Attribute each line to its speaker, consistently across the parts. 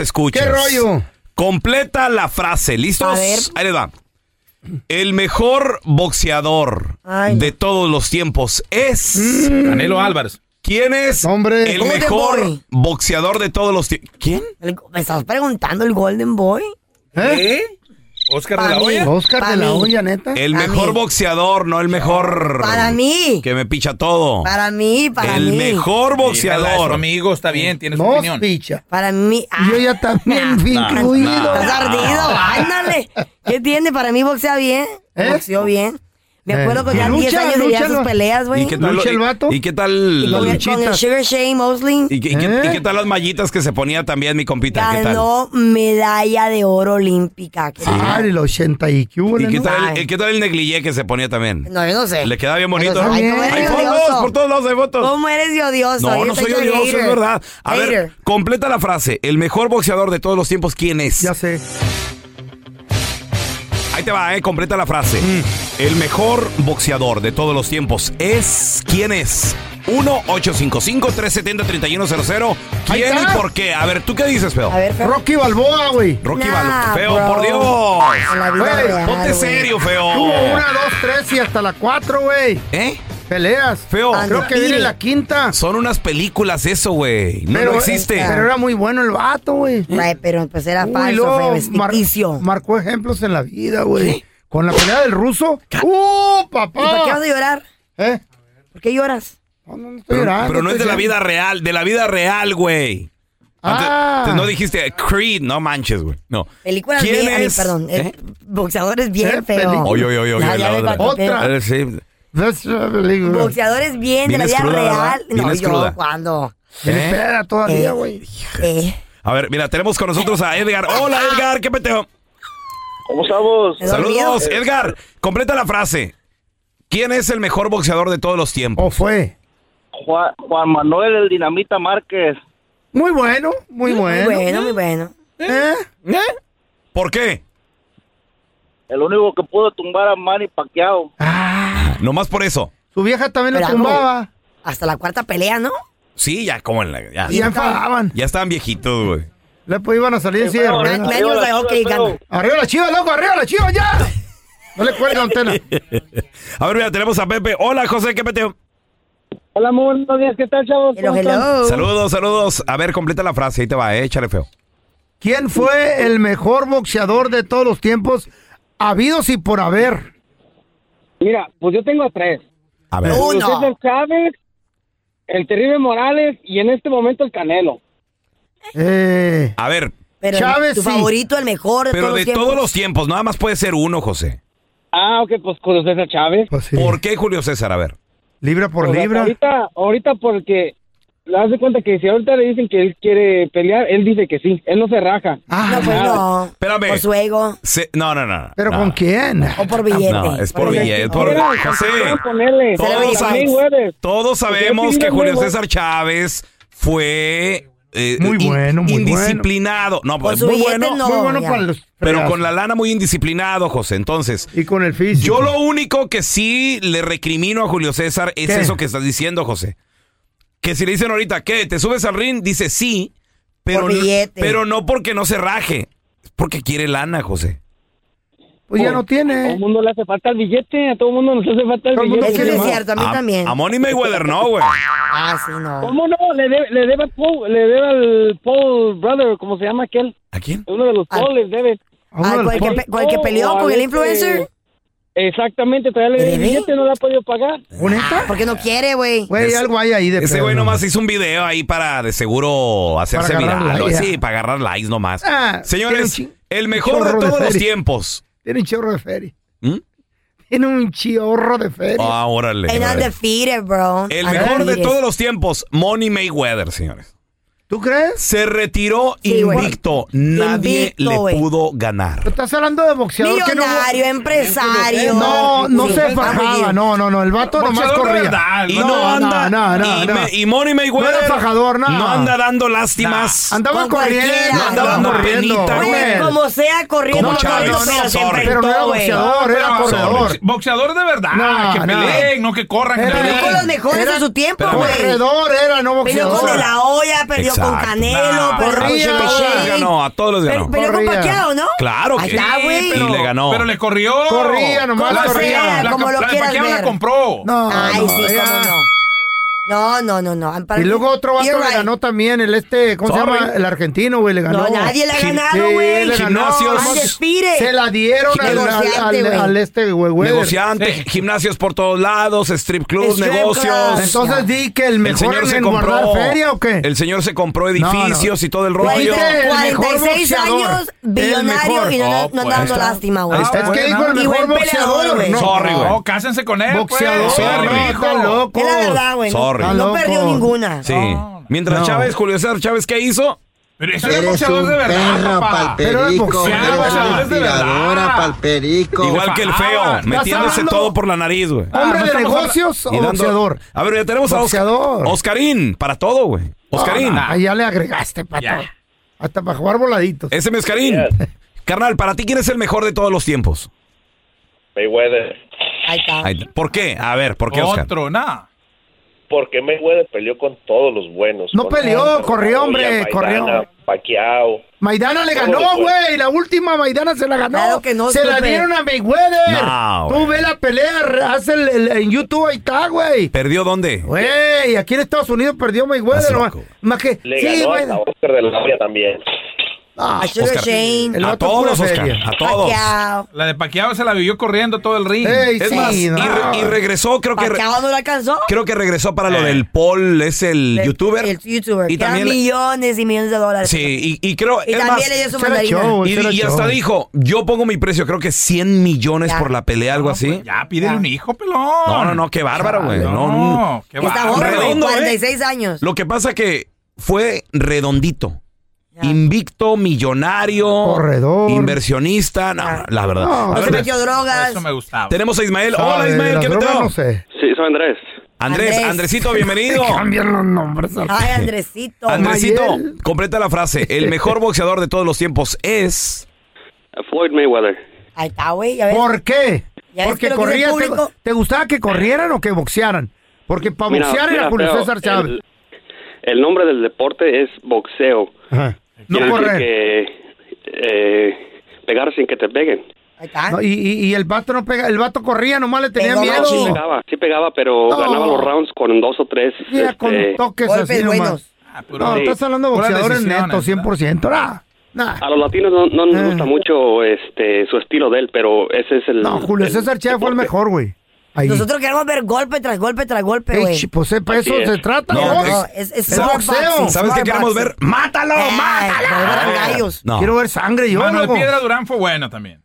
Speaker 1: escuchas.
Speaker 2: ¿Qué rollo?
Speaker 1: Completa la frase, ¿listos?
Speaker 3: A ver.
Speaker 1: Ahí les va. El mejor boxeador
Speaker 3: Ay,
Speaker 1: de todos los tiempos es.
Speaker 4: Canelo Álvarez.
Speaker 1: ¿Quién es
Speaker 2: Hombre.
Speaker 1: el
Speaker 3: Golden
Speaker 1: mejor
Speaker 3: Boy.
Speaker 1: boxeador de todos los tiempos? ¿Quién?
Speaker 3: el- ¿Me estás preguntando el Golden Boy?
Speaker 2: ¿Eh?
Speaker 4: ¿Eh? Oscar
Speaker 3: Pa'
Speaker 4: de la
Speaker 3: mí.
Speaker 4: Hoya.
Speaker 2: Oscar
Speaker 3: Pa'
Speaker 2: de la
Speaker 3: mí.
Speaker 2: olla, neta.
Speaker 1: El
Speaker 3: Para
Speaker 1: mejor
Speaker 3: mí.
Speaker 1: boxeador, no el mejor.
Speaker 3: Para mí.
Speaker 1: Que me picha todo.
Speaker 3: Para mí, para
Speaker 1: el
Speaker 3: mí.
Speaker 1: mejor
Speaker 4: Dígala, es tu
Speaker 1: boxeador.
Speaker 4: amigo, está bien, tienes
Speaker 2: No,
Speaker 4: opinión.
Speaker 2: picha.
Speaker 3: Para mí. Ah,
Speaker 2: Yo ya también fui incluido.
Speaker 3: Estás ardido, ándale. ¿Qué tiene? Para mí boxea bien.
Speaker 2: ¿Eh?
Speaker 3: Boxeó bien. Me acuerdo que
Speaker 2: Eh.
Speaker 3: ya 10
Speaker 2: Lucha,
Speaker 3: años veía
Speaker 2: lucha,
Speaker 3: sus
Speaker 2: no.
Speaker 3: peleas, güey.
Speaker 1: ¿Y qué tal,
Speaker 2: ¿Lucha el vato?
Speaker 1: ¿Y qué tal?
Speaker 3: Y con, el, con el
Speaker 2: luchitas.
Speaker 3: Sugar Shane Mosley.
Speaker 1: ¿Y qué, y qué-
Speaker 2: ¿Eh?
Speaker 1: y qué tal las mallitas que se ponía también mi compita? ¿Qué tal?
Speaker 3: ganó medalla de oro olímpica. que-
Speaker 2: Ah, el 80 y qué hubo,
Speaker 1: ¿Y qué
Speaker 2: ¿no?
Speaker 1: tal, el,
Speaker 3: Ay.
Speaker 1: eh, qué tal el negligé que se ponía también?
Speaker 3: No, yo no sé.
Speaker 1: Le quedaba bien bonito.
Speaker 3: Ay,
Speaker 1: ¿no?
Speaker 3: ¿cómo eres
Speaker 1: Hay
Speaker 3: de
Speaker 1: fotos,
Speaker 3: odioso?
Speaker 1: por todos lados hay fotos.
Speaker 3: ¿Cómo eres de odioso?
Speaker 1: No,
Speaker 3: Yo
Speaker 1: no soy
Speaker 3: yo
Speaker 1: odioso, es
Speaker 3: hater.
Speaker 1: verdad. A ver,
Speaker 3: Hater.
Speaker 1: completa la frase. El mejor boxeador de todos los tiempos, ¿quién es?
Speaker 2: Ya sé.
Speaker 1: Ahí te va, eh, completa la frase.
Speaker 2: Mm.
Speaker 1: El mejor boxeador de todos los tiempos es. ¿Quién es? 1-855-370-3100.
Speaker 2: Ahí
Speaker 1: ¿Quién y
Speaker 2: está.
Speaker 1: por qué? A ver, ¿tú qué dices, feo?
Speaker 3: A ver, Fer,
Speaker 2: Rocky Balboa, güey.
Speaker 1: Rocky
Speaker 3: Nah,
Speaker 1: Balboa. Feo,
Speaker 3: Ah, bro.
Speaker 1: por Dios.
Speaker 3: en la vida
Speaker 2: Güey,
Speaker 3: real,
Speaker 1: Ponte
Speaker 3: güey.
Speaker 1: serio,
Speaker 2: Hubo
Speaker 1: feo.
Speaker 2: una, dos, tres y hasta la cuatro, güey.
Speaker 1: ¿Eh?
Speaker 2: Peleas.
Speaker 1: Feo.
Speaker 2: Creo que
Speaker 3: Mire.
Speaker 2: viene la quinta.
Speaker 1: Son unas películas eso, güey. No, no existe.
Speaker 2: Pero era muy bueno el vato, güey.
Speaker 3: Ay, pero pues era
Speaker 2: Uy,
Speaker 3: falso,
Speaker 2: luego
Speaker 3: feo, es
Speaker 2: mar-
Speaker 3: ficticio.
Speaker 2: marcó ejemplos en la vida, güey. Con la pelea del ruso. ¡Uh,
Speaker 3: ¿Y por qué vas
Speaker 2: papá!
Speaker 3: a llorar?
Speaker 2: ¿Eh?
Speaker 3: ¿Por qué lloras?
Speaker 2: No, no, no estoy
Speaker 1: pero,
Speaker 2: llorando, pues,
Speaker 1: pero no es de
Speaker 2: estoy
Speaker 1: la vida
Speaker 2: llorando.
Speaker 1: real, de la vida real, güey. Antes-
Speaker 2: Ah,
Speaker 1: te- no dijiste Creed, no manches, güey. No.
Speaker 3: Películas
Speaker 1: ¿Quién
Speaker 3: bien, a mí,
Speaker 1: es?
Speaker 3: perdón,
Speaker 1: ¿Eh?
Speaker 3: eh, boxeadores bien
Speaker 2: Eh,
Speaker 3: feo.
Speaker 2: película.
Speaker 1: Oye, oye, oye, oye,
Speaker 3: Ya, ya
Speaker 1: la
Speaker 3: me
Speaker 1: otra.
Speaker 3: partí.
Speaker 2: Otra.
Speaker 1: Eh, sí.
Speaker 2: that's a película.
Speaker 3: Boxeadores bien de
Speaker 1: Bien
Speaker 3: la vida
Speaker 1: cruda, ¿verdad?
Speaker 3: real.
Speaker 1: Bien
Speaker 3: No,
Speaker 1: cruda.
Speaker 3: yo cuando.
Speaker 2: Tiene
Speaker 1: ¿Eh?
Speaker 2: pera todavía, güey.
Speaker 3: Eh,
Speaker 1: A ver, mira, tenemos con nosotros a Edgar. Hola, Edgar, ¿qué peteo?
Speaker 5: ¿Cómo estamos? Eh.
Speaker 1: Saludos, Edgar. Completa la frase. ¿Quién es el mejor boxeador de todos los tiempos? ¿O
Speaker 2: fue?
Speaker 5: Juan, Juan Manuel, el Dinamita Márquez.
Speaker 2: Muy bueno, ¿eh? muy bueno.
Speaker 3: Muy bueno, muy bueno.
Speaker 1: ¿Eh? ¿Por qué?
Speaker 5: El único que pudo tumbar a Manny Pacquiao.
Speaker 1: Nomás por eso.
Speaker 2: Su vieja también
Speaker 3: Pero
Speaker 2: lo tumbaba.
Speaker 3: Hasta la cuarta pelea, ¿no?
Speaker 1: Sí, ya como en la. Ya,
Speaker 2: Y ya enfadaban.
Speaker 1: Ya estaban viejitos, güey.
Speaker 2: Le pues, iban a salir así de
Speaker 5: pero,
Speaker 2: ruedas.
Speaker 5: Menos de hockey, gana.
Speaker 2: Arriba la chiva, loco, arriba la chiva, ya. No le cuelga antena.
Speaker 1: A ver, mira, tenemos a Pepe. Hola, José, ¿qué peteo?
Speaker 6: Hola, muy buenos días. ¿Qué tal, chavos?
Speaker 3: Hello,
Speaker 6: ¿Cómo están?
Speaker 3: hello.
Speaker 1: Saludos, saludos. A ver, completa la frase. Ahí te va, eh, échale feo.
Speaker 2: ¿Quién fue el mejor boxeador de todos los tiempos? Habidos y por haber.
Speaker 6: Mira, pues yo tengo a tres.
Speaker 1: A
Speaker 2: ver.
Speaker 6: Julio
Speaker 2: Uno.
Speaker 6: César Chávez, el Terrible Morales y en este momento el Canelo.
Speaker 2: Eh.
Speaker 1: A ver,
Speaker 3: Pero
Speaker 6: Chávez,
Speaker 3: tu
Speaker 6: sí.
Speaker 3: favorito, el mejor de
Speaker 1: pero
Speaker 3: todos
Speaker 1: de
Speaker 3: los tiempos.
Speaker 1: todos los tiempos, nada más puede ser uno, José.
Speaker 6: Ah, ok, pues Julio César Chávez.
Speaker 1: ¿Por qué Julio César? A ver.
Speaker 2: Pues Libra por
Speaker 6: Pues, Ahorita, ahorita porque... Le das de cuenta que si ahorita le dicen que él quiere pelear, él dice que sí. Él no se raja.
Speaker 2: Ah,
Speaker 3: No, pues no.
Speaker 1: Espérame.
Speaker 3: Por su ego.
Speaker 1: Se- no, no, no.
Speaker 2: ¿Pero con quién?
Speaker 3: O por billete.
Speaker 1: No, es por billete. Eh, por-
Speaker 6: Ahora,
Speaker 1: José,
Speaker 6: quiero ponerle-
Speaker 1: todos,
Speaker 6: También
Speaker 1: sab-
Speaker 6: Mayweather.
Speaker 1: todos sabemos
Speaker 6: Porque yo sí
Speaker 1: que
Speaker 6: vi a
Speaker 1: Julio
Speaker 6: Mayweather.
Speaker 1: César Chávez fue eh,
Speaker 2: Muy
Speaker 1: in-
Speaker 2: bueno, muy
Speaker 1: indisciplinado. No, pues
Speaker 3: su
Speaker 1: muy
Speaker 3: billete
Speaker 1: bueno,
Speaker 3: no,
Speaker 2: Muy bueno
Speaker 3: ya.
Speaker 2: para los.
Speaker 1: pero
Speaker 2: fregazos.
Speaker 1: con la lana muy indisciplinado, José. Entonces,
Speaker 2: Y con el físico.
Speaker 1: yo lo único que sí le recrimino a Julio César es
Speaker 2: ¿Qué?
Speaker 1: eso que estás diciendo, José. Que si le dicen ahorita, ¿qué? ¿Te subes al ring? Dice sí, pero,
Speaker 3: Por billete.
Speaker 1: pero no porque no se raje. Es porque quiere lana, José.
Speaker 2: Pues
Speaker 6: Pues,
Speaker 2: ya no
Speaker 6: A todo el
Speaker 2: tiene.
Speaker 6: mundo le hace falta el billete, a todo el mundo nos hace falta el
Speaker 2: Todo el mundo
Speaker 6: billete.
Speaker 3: Eso sí
Speaker 2: quiere
Speaker 3: es
Speaker 2: más.
Speaker 3: cierto, a mí también.
Speaker 1: A Money Mayweather no, güey.
Speaker 3: Ah, sí, no.
Speaker 6: ¿Cómo no? Le debe, le debe, a Paul, le debe al Paul Brother, como se llama aquel.
Speaker 1: ¿A quién?
Speaker 6: Uno de los
Speaker 3: Al-
Speaker 6: Paul les debe.
Speaker 2: A uno
Speaker 3: Ah,
Speaker 2: de los
Speaker 3: ¿cuál que
Speaker 2: Paul.
Speaker 3: pe- ¿Cuál que peleó
Speaker 6: O
Speaker 3: con
Speaker 6: al
Speaker 3: el
Speaker 6: este-
Speaker 3: influencer?
Speaker 6: Exactamente, todavía le debe el
Speaker 3: ¿Debe?
Speaker 6: billete, no le ha podido pagar.
Speaker 2: ¿Honesta?
Speaker 3: Ah, Porque no quiere, güey.
Speaker 2: Güey,
Speaker 1: Ese-
Speaker 2: algo hay ahí de
Speaker 1: Ese
Speaker 2: pedo,
Speaker 1: güey
Speaker 2: ¿no?
Speaker 1: nomás hizo un video ahí para de seguro hacerse
Speaker 2: Para agarrar
Speaker 1: viral. o
Speaker 2: likes,
Speaker 1: sí,
Speaker 2: ya.
Speaker 1: para agarrar likes nomás.
Speaker 2: Ah,
Speaker 1: Señores,
Speaker 2: tiene un chi-
Speaker 1: el
Speaker 2: un
Speaker 1: mejor de
Speaker 2: chorro de
Speaker 1: todos los
Speaker 2: feria.
Speaker 1: tiempos.
Speaker 2: Tiene un chorro de feria.
Speaker 1: ¿Mm?
Speaker 2: Tiene un chorro de feria.
Speaker 1: Ah, órale.
Speaker 3: En
Speaker 1: órale.
Speaker 3: undefeated, bro.
Speaker 1: El mejor de
Speaker 3: Undefeated.
Speaker 1: todos los tiempos, Money Mayweather, señores.
Speaker 2: ¿Tú crees?
Speaker 1: Se retiró
Speaker 3: Sí, güey.
Speaker 1: invicto. Nadie
Speaker 3: Invicto,
Speaker 1: le
Speaker 3: güey.
Speaker 1: pudo ganar.
Speaker 2: Estás hablando de boxeador que no.
Speaker 3: Millonario, empresario.
Speaker 2: No, no
Speaker 3: Sí,
Speaker 2: se
Speaker 3: está muy
Speaker 2: fajaba,
Speaker 3: bien.
Speaker 2: no, no, no, el vato nomás
Speaker 1: Boxeador de
Speaker 2: corría.
Speaker 1: verdad, Y
Speaker 2: no,
Speaker 1: no, anda.
Speaker 2: no, no,
Speaker 1: y,
Speaker 2: no.
Speaker 1: me- y Money Mayweather.
Speaker 2: No era fajador, no.
Speaker 1: anda dando lástimas.
Speaker 2: Andaba
Speaker 3: Con
Speaker 2: corriendo,
Speaker 3: cualquiera.
Speaker 2: andaba
Speaker 1: Andaba
Speaker 2: corriendo.
Speaker 1: penita,
Speaker 2: güey.
Speaker 3: Oye, como sea, corriendo,
Speaker 1: Como Chávez,
Speaker 3: corriendo, pero
Speaker 1: no,
Speaker 3: se
Speaker 1: sorry.
Speaker 2: Pero no era
Speaker 3: enfrentó, güey.
Speaker 2: boxeador, era corredor.
Speaker 7: Boxeador de verdad.
Speaker 2: No,
Speaker 7: que
Speaker 2: no.
Speaker 7: peleen, no, que corran. que
Speaker 2: Era-
Speaker 3: Peleó con
Speaker 7: peleen.
Speaker 3: los mejores de su tiempo,
Speaker 1: Pero-
Speaker 3: güey.
Speaker 2: Corredor era, no
Speaker 3: Peleó
Speaker 2: boxeador.
Speaker 3: con De La Olla, perdió con
Speaker 1: Exacto.
Speaker 3: Canelo,
Speaker 7: Nah,
Speaker 3: perdió con
Speaker 2: corría,
Speaker 1: a todos les
Speaker 3: Chicoche.
Speaker 1: ganó, a todos les ganó.
Speaker 3: Peleó con
Speaker 2: Corría.
Speaker 3: Pacquiao, ¿no?
Speaker 1: Claro
Speaker 3: Ahí
Speaker 1: que
Speaker 3: está,
Speaker 1: sí,
Speaker 3: güey.
Speaker 1: pero- Y le ganó.
Speaker 7: Pero le corrió.
Speaker 2: Corría nomás,
Speaker 7: La-
Speaker 2: corría.
Speaker 7: la- La,
Speaker 3: Como lo
Speaker 7: la de
Speaker 3: quieras
Speaker 7: Pacquiao la
Speaker 3: ver.
Speaker 7: compró.
Speaker 2: No,
Speaker 3: Ay,
Speaker 2: no,
Speaker 3: sí,
Speaker 2: era-
Speaker 3: cómo no. No, no, no, no. Para
Speaker 2: Y
Speaker 3: mí-
Speaker 2: luego otro vato
Speaker 3: You're
Speaker 2: le
Speaker 3: right.
Speaker 2: ganó también, el este, ¿cómo se
Speaker 1: Sorry.
Speaker 2: llama? El argentino, güey, le ganó.
Speaker 3: No, nadie le ha
Speaker 1: Gim-
Speaker 3: ganado,
Speaker 2: Sí,
Speaker 3: güey.
Speaker 2: le ganó.
Speaker 1: Gimnasios.
Speaker 3: Undefeated.
Speaker 2: Se la dieron al,
Speaker 3: Negociante,
Speaker 2: al- al-
Speaker 3: güey.
Speaker 2: al este, güey, güey.
Speaker 1: Negociante, gimnasios por todos lados, strip clubs,
Speaker 3: Strip
Speaker 1: negocios.
Speaker 3: clubs.
Speaker 2: Entonces di que el
Speaker 1: El
Speaker 2: mejor
Speaker 1: señor se
Speaker 2: en
Speaker 1: compró.
Speaker 2: guardar feria o qué?
Speaker 1: El señor se compró edificios y todo el
Speaker 2: Güey,
Speaker 1: rollo.
Speaker 2: ¿qué? el mejor
Speaker 3: 46
Speaker 2: boxeador.
Speaker 3: años,
Speaker 2: El
Speaker 3: billonario
Speaker 2: mejor.
Speaker 3: y no,
Speaker 7: No,
Speaker 3: no
Speaker 1: Oh,
Speaker 7: pues,
Speaker 3: dando
Speaker 7: ahí está.
Speaker 3: lástima, güey.
Speaker 7: Ahí
Speaker 2: Ah,
Speaker 7: está.
Speaker 2: es
Speaker 7: bueno,
Speaker 2: que dijo el
Speaker 3: y
Speaker 2: mejor
Speaker 3: buen peleador,
Speaker 2: boxeador.
Speaker 3: güey.
Speaker 2: No,
Speaker 1: Sorry, güey.
Speaker 7: No, cásense con él.
Speaker 2: Boxeador,
Speaker 7: pues.
Speaker 1: Sorry,
Speaker 2: no,
Speaker 1: hijo.
Speaker 2: está loco.
Speaker 3: Es la verdad, güey. No-
Speaker 1: Sorry.
Speaker 2: Está
Speaker 3: No
Speaker 2: loco.
Speaker 3: perdió ninguna.
Speaker 1: Sí.
Speaker 7: No.
Speaker 1: Mientras
Speaker 2: No.
Speaker 1: Chávez, Julio César Chávez, ¿qué hizo?
Speaker 7: Pero eso es boxeador de verdad, papá.
Speaker 2: Pero es boxeador.
Speaker 7: boxeadores de verdad. Ah,
Speaker 8: palperico.
Speaker 1: Igual que el feo,
Speaker 7: ¿Estás Ah,
Speaker 1: metiéndose
Speaker 2: hablando?
Speaker 1: todo por la nariz, güey.
Speaker 2: ¿Hombre
Speaker 7: no
Speaker 2: de
Speaker 7: estamos
Speaker 2: negocios
Speaker 1: Y
Speaker 2: o
Speaker 1: dando-
Speaker 2: boxeador?
Speaker 1: A ver, ya tenemos a
Speaker 2: Boxeador.
Speaker 1: Oscar. Oscarín, para todo, güey. Oscarín.
Speaker 2: Ah, ya le agregaste, pato.
Speaker 7: Ya.
Speaker 2: Hasta para jugar voladitos.
Speaker 1: Ese mi Oscarín. Carnal, para ti, ¿quién es el mejor de todos los tiempos?
Speaker 5: Mayweather.
Speaker 3: Ahí está.
Speaker 1: Ahí está. ¿Por qué? A ver, ¿por qué, Oscar?
Speaker 7: Otro, nada.
Speaker 5: Porque Mayweather peleó con todos los buenos.
Speaker 2: No
Speaker 5: Con
Speaker 2: peleó,
Speaker 5: Conor,
Speaker 2: corrió, hombre,
Speaker 5: Maidana,
Speaker 2: corrió.
Speaker 5: Pacquiao.
Speaker 2: Maidana le ganó,
Speaker 5: Todo, pues.
Speaker 2: güey. La última Maidana se la ganó.
Speaker 3: Claro que no,
Speaker 2: se la
Speaker 3: estúpido.
Speaker 2: dieron a Mayweather.
Speaker 1: No,
Speaker 2: Tú
Speaker 1: güey.
Speaker 2: ve la pelea, re- haz el, el- en YouTube, ahí está, güey.
Speaker 1: ¿Perdió dónde?
Speaker 2: Güey, aquí en Estados Unidos perdió Mayweather.
Speaker 1: Estás
Speaker 2: nomás-
Speaker 1: loco.
Speaker 2: Más que.
Speaker 5: Le
Speaker 2: sí,
Speaker 5: ganó
Speaker 2: güey.
Speaker 5: hasta Oscar de la Hoya también.
Speaker 2: Ah,
Speaker 3: A Sugar
Speaker 1: Oscar.
Speaker 3: Shane.
Speaker 2: El
Speaker 1: a
Speaker 2: vato
Speaker 1: todos,
Speaker 2: pura
Speaker 1: Oscar.
Speaker 2: feria.
Speaker 1: A todos.
Speaker 3: Pacquiao.
Speaker 7: La de Paquiao se la vivió corriendo todo el ring.
Speaker 2: Ey,
Speaker 1: Es
Speaker 2: sí,
Speaker 1: más, y,
Speaker 2: no.
Speaker 1: re- y regresó, creo que, re-
Speaker 3: Pacquiao no lo alcanzó.
Speaker 1: creo que regresó para lo
Speaker 7: Eh.
Speaker 1: del Paul, es el youtuber.
Speaker 3: El youtuber.
Speaker 1: Y
Speaker 3: que eran
Speaker 1: también,
Speaker 3: millones y millones de dólares.
Speaker 1: sí, y, y creo,
Speaker 3: Y
Speaker 1: es
Speaker 3: también
Speaker 1: más,
Speaker 3: le dio su
Speaker 2: se la
Speaker 3: mandarina.
Speaker 2: echó, güey.
Speaker 1: y,
Speaker 2: se la
Speaker 1: y
Speaker 2: echó.
Speaker 1: hasta dijo, yo pongo mi precio, creo que 100 millones
Speaker 3: Ya.
Speaker 1: por la pelea, algo así.
Speaker 7: pues, Ya, pídele
Speaker 3: Ya.
Speaker 7: un hijo, pelón.
Speaker 1: No, no, no, qué bárbaro, güey.
Speaker 7: No,
Speaker 1: No, no.
Speaker 7: qué
Speaker 3: Que Está
Speaker 7: bárbaro.
Speaker 3: joven, güey,
Speaker 1: Redondo, ¿eh?
Speaker 3: 46 años.
Speaker 1: Lo que pasa que fue redondito. Invicto, millonario,
Speaker 2: corredor,
Speaker 1: inversionista, no, la verdad. A ver,
Speaker 3: metió drogas.
Speaker 7: Eso me gustaba.
Speaker 1: tenemos a Ismael. Hola
Speaker 2: Sabe,
Speaker 1: Ismael,
Speaker 2: las
Speaker 1: ¿qué
Speaker 2: drogas
Speaker 1: peteo?
Speaker 2: no sé.
Speaker 5: Sí, soy Andrés.
Speaker 1: Andrés,
Speaker 3: Andrés.
Speaker 1: Andresito, bienvenido.
Speaker 2: Cambian los nombres. al-
Speaker 3: Ay, Andresito.
Speaker 1: Andresito, completa la frase. El mejor boxeador de todos los tiempos es.
Speaker 5: Floyd Mayweather.
Speaker 3: Ahí está, güey, ya ves.
Speaker 2: ¿Por qué?
Speaker 3: Ya ves
Speaker 2: Porque
Speaker 3: que lo dice el
Speaker 2: corrías. ¿te-
Speaker 3: público.
Speaker 2: ¿Te gustaba que corrieran o que boxearan? Porque para
Speaker 5: Mira,
Speaker 2: boxear
Speaker 5: mira,
Speaker 2: era Julio
Speaker 5: feo,
Speaker 2: César Chávez.
Speaker 5: El, el nombre del deporte es boxeo.
Speaker 2: Ajá. No
Speaker 5: Quiere decir
Speaker 2: correr.
Speaker 5: que eh, pegar sin que te peguen.
Speaker 3: Ahí está.
Speaker 2: No, y, y- y el vato no pega, el vato corría, nomás le tenía
Speaker 3: Pegó
Speaker 2: miedo.
Speaker 5: Sí pegaba, sí pegaba, pero
Speaker 2: No.
Speaker 5: ganaba los rounds con dos o tres.
Speaker 2: Mira, con
Speaker 5: este,
Speaker 2: toques
Speaker 3: Golpes
Speaker 2: así nomás.
Speaker 3: buenos.
Speaker 7: Ah, puro-
Speaker 2: No,
Speaker 5: Sí.
Speaker 2: estás hablando de
Speaker 7: Puras
Speaker 2: boxeadores
Speaker 7: decisiones,
Speaker 2: netos, 100%. Nah, nah.
Speaker 5: a los latinos no, no
Speaker 2: Eh.
Speaker 5: nos gusta mucho este su estilo de él, pero ese es el.
Speaker 2: No, Julio
Speaker 5: el
Speaker 2: César Chávez fue el
Speaker 5: deporte.
Speaker 2: mejor, güey. Ahí.
Speaker 3: Nosotros queremos ver golpe tras golpe tras golpe,
Speaker 2: Ey,
Speaker 3: güey.
Speaker 2: chi, pues para eso
Speaker 5: Así es.
Speaker 2: se trata,
Speaker 1: No,
Speaker 2: ¿no?
Speaker 1: es-
Speaker 3: es- es
Speaker 2: Es
Speaker 3: smart
Speaker 2: boxeo.
Speaker 3: boxing.
Speaker 1: ¿Sabes qué queremos ver? ¡Mátalo!
Speaker 3: Ay,
Speaker 1: ¡Mátalo!
Speaker 3: volver a gallos.
Speaker 1: Ah, No.
Speaker 2: Quiero ver sangre yo,
Speaker 7: Mano de
Speaker 2: loco.
Speaker 7: Piedra Durán fue bueno también.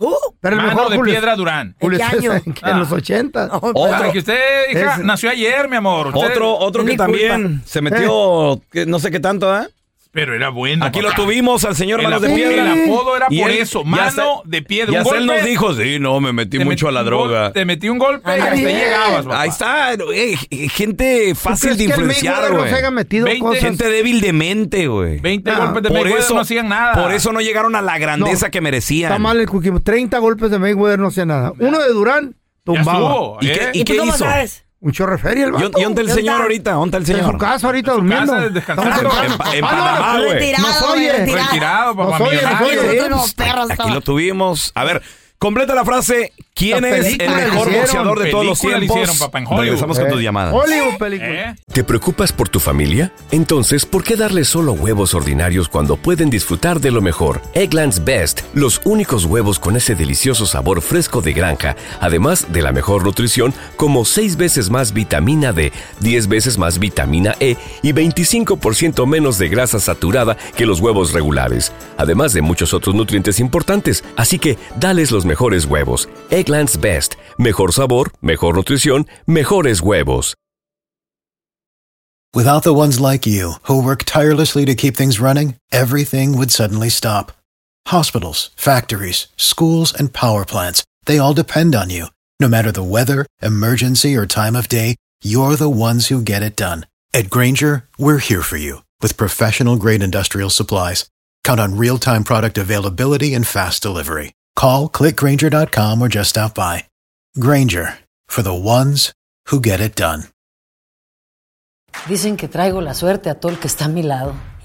Speaker 3: Uh,
Speaker 2: Pero el
Speaker 7: Mano
Speaker 2: mejor
Speaker 7: de
Speaker 2: Julio,
Speaker 7: Piedra Durán.
Speaker 2: Julio
Speaker 3: ¿En qué
Speaker 2: César,
Speaker 3: año? Ah.
Speaker 2: en los 80.
Speaker 3: no,
Speaker 7: Para
Speaker 1: Otro,
Speaker 7: que usted, hija,
Speaker 2: Ese-
Speaker 7: nació ayer, mi amor. Usted-
Speaker 1: otro, otro que
Speaker 3: Ni culpa.
Speaker 1: también se metió, que no sé qué tanto, ¿eh?
Speaker 7: Pero era bueno.
Speaker 1: Aquí lo
Speaker 7: papá.
Speaker 1: tuvimos al señor
Speaker 7: El,
Speaker 1: Manos de
Speaker 7: apodo-
Speaker 1: Piedra.
Speaker 7: el apodo era
Speaker 1: Y
Speaker 7: por
Speaker 1: él-
Speaker 7: eso,
Speaker 1: ya
Speaker 7: mano
Speaker 1: sé-
Speaker 7: de piedra.
Speaker 1: Ya
Speaker 7: Un
Speaker 1: sé, él nos
Speaker 7: golpe,
Speaker 1: dijo, sí, no, me metí
Speaker 7: te
Speaker 1: mucho
Speaker 7: metí
Speaker 1: a la
Speaker 7: un gol-
Speaker 1: droga.
Speaker 7: Te metí un golpe y
Speaker 3: Ah,
Speaker 7: hasta
Speaker 3: bien.
Speaker 7: llegabas, papá.
Speaker 1: Ahí está, eh, gente fácil de
Speaker 2: ¿Tú crees que el
Speaker 1: influenciar,
Speaker 2: Mayweather no se haya
Speaker 1: güey.
Speaker 2: metido
Speaker 7: 20
Speaker 2: cosas?
Speaker 1: Gente débil de mente, güey.
Speaker 7: 20
Speaker 2: Ah,
Speaker 7: golpes de
Speaker 1: Por
Speaker 7: Mayweather
Speaker 1: eso
Speaker 7: no hacían nada.
Speaker 1: Por eso no llegaron a la grandeza
Speaker 2: No,
Speaker 1: que merecían.
Speaker 2: Está mal el cookie. 30 golpes de Mayweather no hacía nada. Uno de Durán,
Speaker 7: Ya
Speaker 2: tumbaba.
Speaker 7: estuvo,
Speaker 1: ¿Y
Speaker 7: ¿eh?
Speaker 1: qué-
Speaker 3: ¿Y tú
Speaker 1: qué
Speaker 3: cómo
Speaker 1: hizo?
Speaker 3: sabes?
Speaker 2: Un chorreferia el
Speaker 1: ¿Y on-
Speaker 2: vato.
Speaker 1: y dónde el
Speaker 3: ¿Dónde
Speaker 1: señor
Speaker 3: está?
Speaker 1: ahorita? ¿Dónde está el
Speaker 2: En
Speaker 1: señor?
Speaker 2: su casa ahorita
Speaker 7: En su casa,
Speaker 2: durmiendo.
Speaker 7: descansando.
Speaker 2: Estamos en
Speaker 1: En,
Speaker 2: casa.
Speaker 1: Pa- en
Speaker 2: Ah, no, eh.
Speaker 1: Panamá, güey.
Speaker 3: Retirado,
Speaker 2: Nos oye.
Speaker 3: retirado.
Speaker 7: Retirado,
Speaker 2: Nos
Speaker 7: papá.
Speaker 2: oye,
Speaker 7: millonario.
Speaker 2: nos oye.
Speaker 3: Nosotros los perros.
Speaker 1: Aquí lo tuvimos. A ver, completa la frase. ¿Quién
Speaker 2: La
Speaker 1: es el
Speaker 2: película le
Speaker 1: mejor
Speaker 2: hicieron,
Speaker 1: boxeador de todos los
Speaker 7: película le
Speaker 1: tiempos?
Speaker 7: hicieron, papá, en Hollywood.
Speaker 1: Regresamos con
Speaker 2: Eh,
Speaker 1: tus llamadas.
Speaker 2: Hollywood película.
Speaker 7: ¿Eh?
Speaker 9: ¿Te preocupas por tu familia? Entonces, ¿por qué darles solo huevos ordinarios cuando pueden disfrutar de lo mejor? Eggland's Best, los únicos huevos con ese delicioso sabor fresco de granja, además de la mejor nutrición, como 6 veces más vitamina D, 10 veces más vitamina E y 25% menos de grasa saturada que los huevos regulares, además de muchos otros nutrientes importantes. Así que, dales los mejores huevos. Eggland's Best, mejor sabor, mejor nutrición, mejores huevos.
Speaker 8: Without the ones like you, who work tirelessly to keep things running, everything would suddenly stop. Hospitals, factories, schools, and power plants, they all depend on you. No matter the weather, emergency, or time of day, you're the ones who get it done. At Granger, we're here for you with professional grade industrial supplies. Count on real time product availability and fast delivery. Call clickgranger.com or just stop by. Granger for the ones who get it done.
Speaker 10: Dicen que traigo la suerte a todo el que está a mi lado.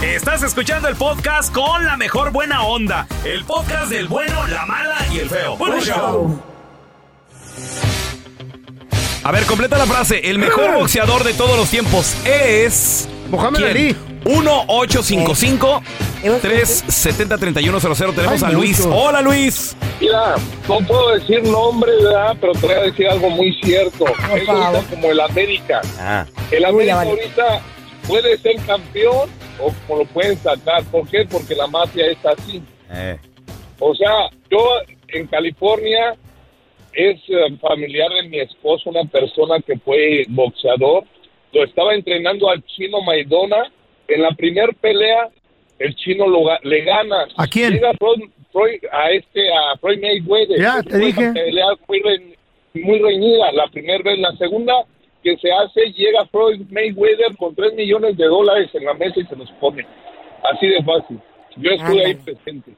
Speaker 11: Estás escuchando el podcast con la mejor buena onda. El podcast del bueno, la mala y el feo. Bueno, show.
Speaker 1: A ver, completa la frase. El mejor boxeador de todos los tiempos es.
Speaker 2: Mohamed
Speaker 1: ¿Quién?
Speaker 2: Ali.
Speaker 1: 1-855-370-3100. Tenemos
Speaker 2: Ay,
Speaker 1: a Luis.
Speaker 2: muchos.
Speaker 1: Hola, Luis.
Speaker 5: Mira, no puedo decir nombre, ¿verdad? Pero te voy a decir algo muy cierto. Es ahorita como el América. El
Speaker 3: Uy, ya
Speaker 5: América
Speaker 3: vale.
Speaker 5: ahorita puede ser campeón o como lo pueden sacar. ¿Por qué? Porque la mafia está así.
Speaker 12: Eh.
Speaker 5: O sea, yo en California es eh, familiar de mi esposo, una persona que fue boxeador. Lo estaba entrenando al chino Maidona. En la primer pelea, el chino lo ga- le gana.
Speaker 2: ¿A quién?
Speaker 5: Llega Floyd- Floyd- a este, a Floyd Mayweather.
Speaker 2: Ya, te dije.
Speaker 5: La pelea fue re- muy reñida la primera vez. La segunda que se hace, llega Floyd Mayweather con 3 millones de dólares en la mesa y se los pone. Así de fácil. Yo estuve ahí pues,
Speaker 3: Ándale.
Speaker 5: presente.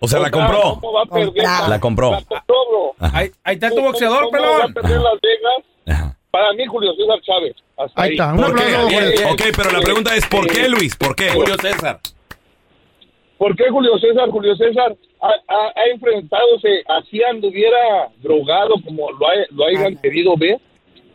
Speaker 1: O sea, la compró.
Speaker 5: ¿Cómo va a perder?
Speaker 3: Comprada.
Speaker 1: La compró.
Speaker 5: La compró, bro.
Speaker 7: Ahí, ahí está tu
Speaker 5: ¿Cómo-
Speaker 7: boxeador,
Speaker 5: cómo va a
Speaker 7: pelón.
Speaker 5: perder Las Vegas?
Speaker 1: Ajá.
Speaker 5: Para mí, Julio César Chávez. Hasta
Speaker 2: Ahí
Speaker 5: ahí.
Speaker 2: está, un
Speaker 1: ¿Por qué?
Speaker 2: aplauso.
Speaker 1: Bien,
Speaker 2: güey.
Speaker 1: Ok, pero la pregunta es: ¿por qué, Luis? ¿Por qué?
Speaker 5: Julio
Speaker 1: César.
Speaker 5: ¿Por qué Julio César? Julio César ha, ha- ha enfrentado, se- así anduviera drogado como lo, ha- lo hayan querido ver.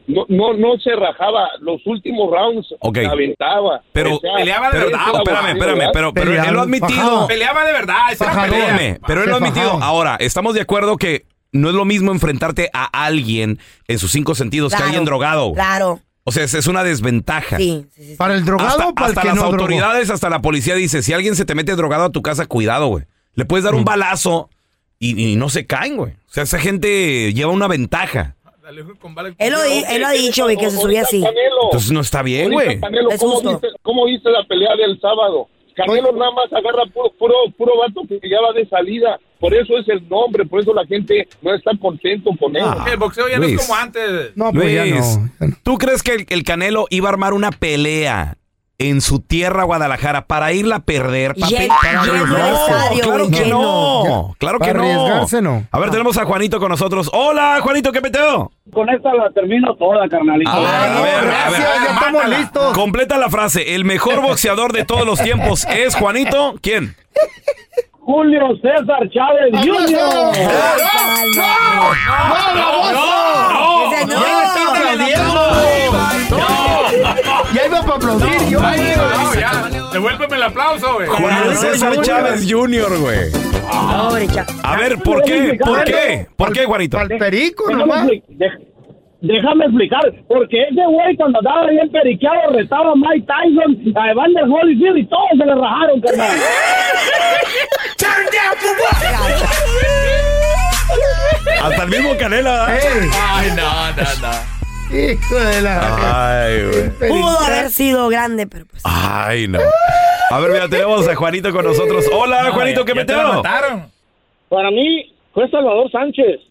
Speaker 5: no, no, no se rajaba. Los últimos rounds
Speaker 1: Ok.
Speaker 5: la aventaba.
Speaker 1: Pero
Speaker 5: O sea,
Speaker 7: peleaba de
Speaker 1: pero-
Speaker 7: verdad.
Speaker 1: no, espérame, espérame, pero, pero él lo ha admitido.
Speaker 7: Peleaba de verdad. esa era pelea.
Speaker 1: Espérame, pero él lo ha admitido. Ahora, estamos de acuerdo que no es lo mismo enfrentarte a alguien en sus cinco sentidos que a
Speaker 3: Claro,
Speaker 1: alguien drogado. güey.
Speaker 3: Claro.
Speaker 1: O sea, es es una desventaja.
Speaker 3: Sí,
Speaker 2: ¿Para el drogado
Speaker 1: Hasta,
Speaker 2: o para el
Speaker 1: hasta
Speaker 2: que
Speaker 1: las
Speaker 2: no drogó?
Speaker 1: autoridades, hasta la policía dice, si alguien se te mete drogado a tu casa, cuidado, güey. Le puedes
Speaker 2: Mm.
Speaker 1: dar un balazo y, y no se caen, güey. O sea, esa gente lleva una ventaja.
Speaker 3: Él lo, di- él lo ha dicho, güey, que se subía así.
Speaker 1: Entonces no está bien,
Speaker 5: Ahorita,
Speaker 1: güey.
Speaker 5: Canelo, ¿cómo dice, cómo dice la pelea del sábado? Canelo nada más agarra puro, puro, puro vato que ya va de salida. Por eso es el nombre, por eso la gente no está contento con él.
Speaker 7: El boxeo ya no pues
Speaker 1: Luis.
Speaker 7: es como antes.
Speaker 3: pues
Speaker 1: Luis, ¿tú crees que el, el Canelo iba a armar una pelea en su tierra, Guadalajara, para irla a perder, papi?
Speaker 7: Lleno- lleno el
Speaker 1: no,
Speaker 7: estadio,
Speaker 1: claro
Speaker 7: güey,
Speaker 1: que
Speaker 7: lleno.
Speaker 1: no. Claro que
Speaker 7: Para
Speaker 1: no.
Speaker 7: arriesgarse, no.
Speaker 1: A ver, tenemos a Juanito con nosotros. Hola, Juanito, ¿qué peteo?
Speaker 13: Con esta la termino toda, carnalito.
Speaker 1: A ver, a ver, a ver. Mátala. Completa la frase. El mejor boxeador de todos los tiempos es Juanito. ¿Quién?
Speaker 13: Julio César Chávez Jr.
Speaker 2: Ya iba para aplaudir yo.
Speaker 7: No, ya. Devuélveme el aplauso, güey.
Speaker 1: Juan César Chávez Jr., güey. A ver, ¿por qué? ¿Por qué? ¿Por qué, Juanito?
Speaker 13: Déjame expli- dej- Déjame explicar, porque ese güey cuando andaba bien periqueado retaba a Mike Tyson, a Evander Holyfield y todos se le rajaron, carnal.
Speaker 1: Hasta el mismo Canela.
Speaker 8: ¿eh?
Speaker 2: Ey.
Speaker 7: Ay, no, no, no.
Speaker 2: Hijo de la.
Speaker 1: Ay, güey.
Speaker 3: Pudo haber sido grande, pero
Speaker 1: Ay, no. A ver, mira, tenemos a Juanito con nosotros. Hola, Juanito, ¿qué peteo?
Speaker 13: Para mí fue Salvador Sánchez.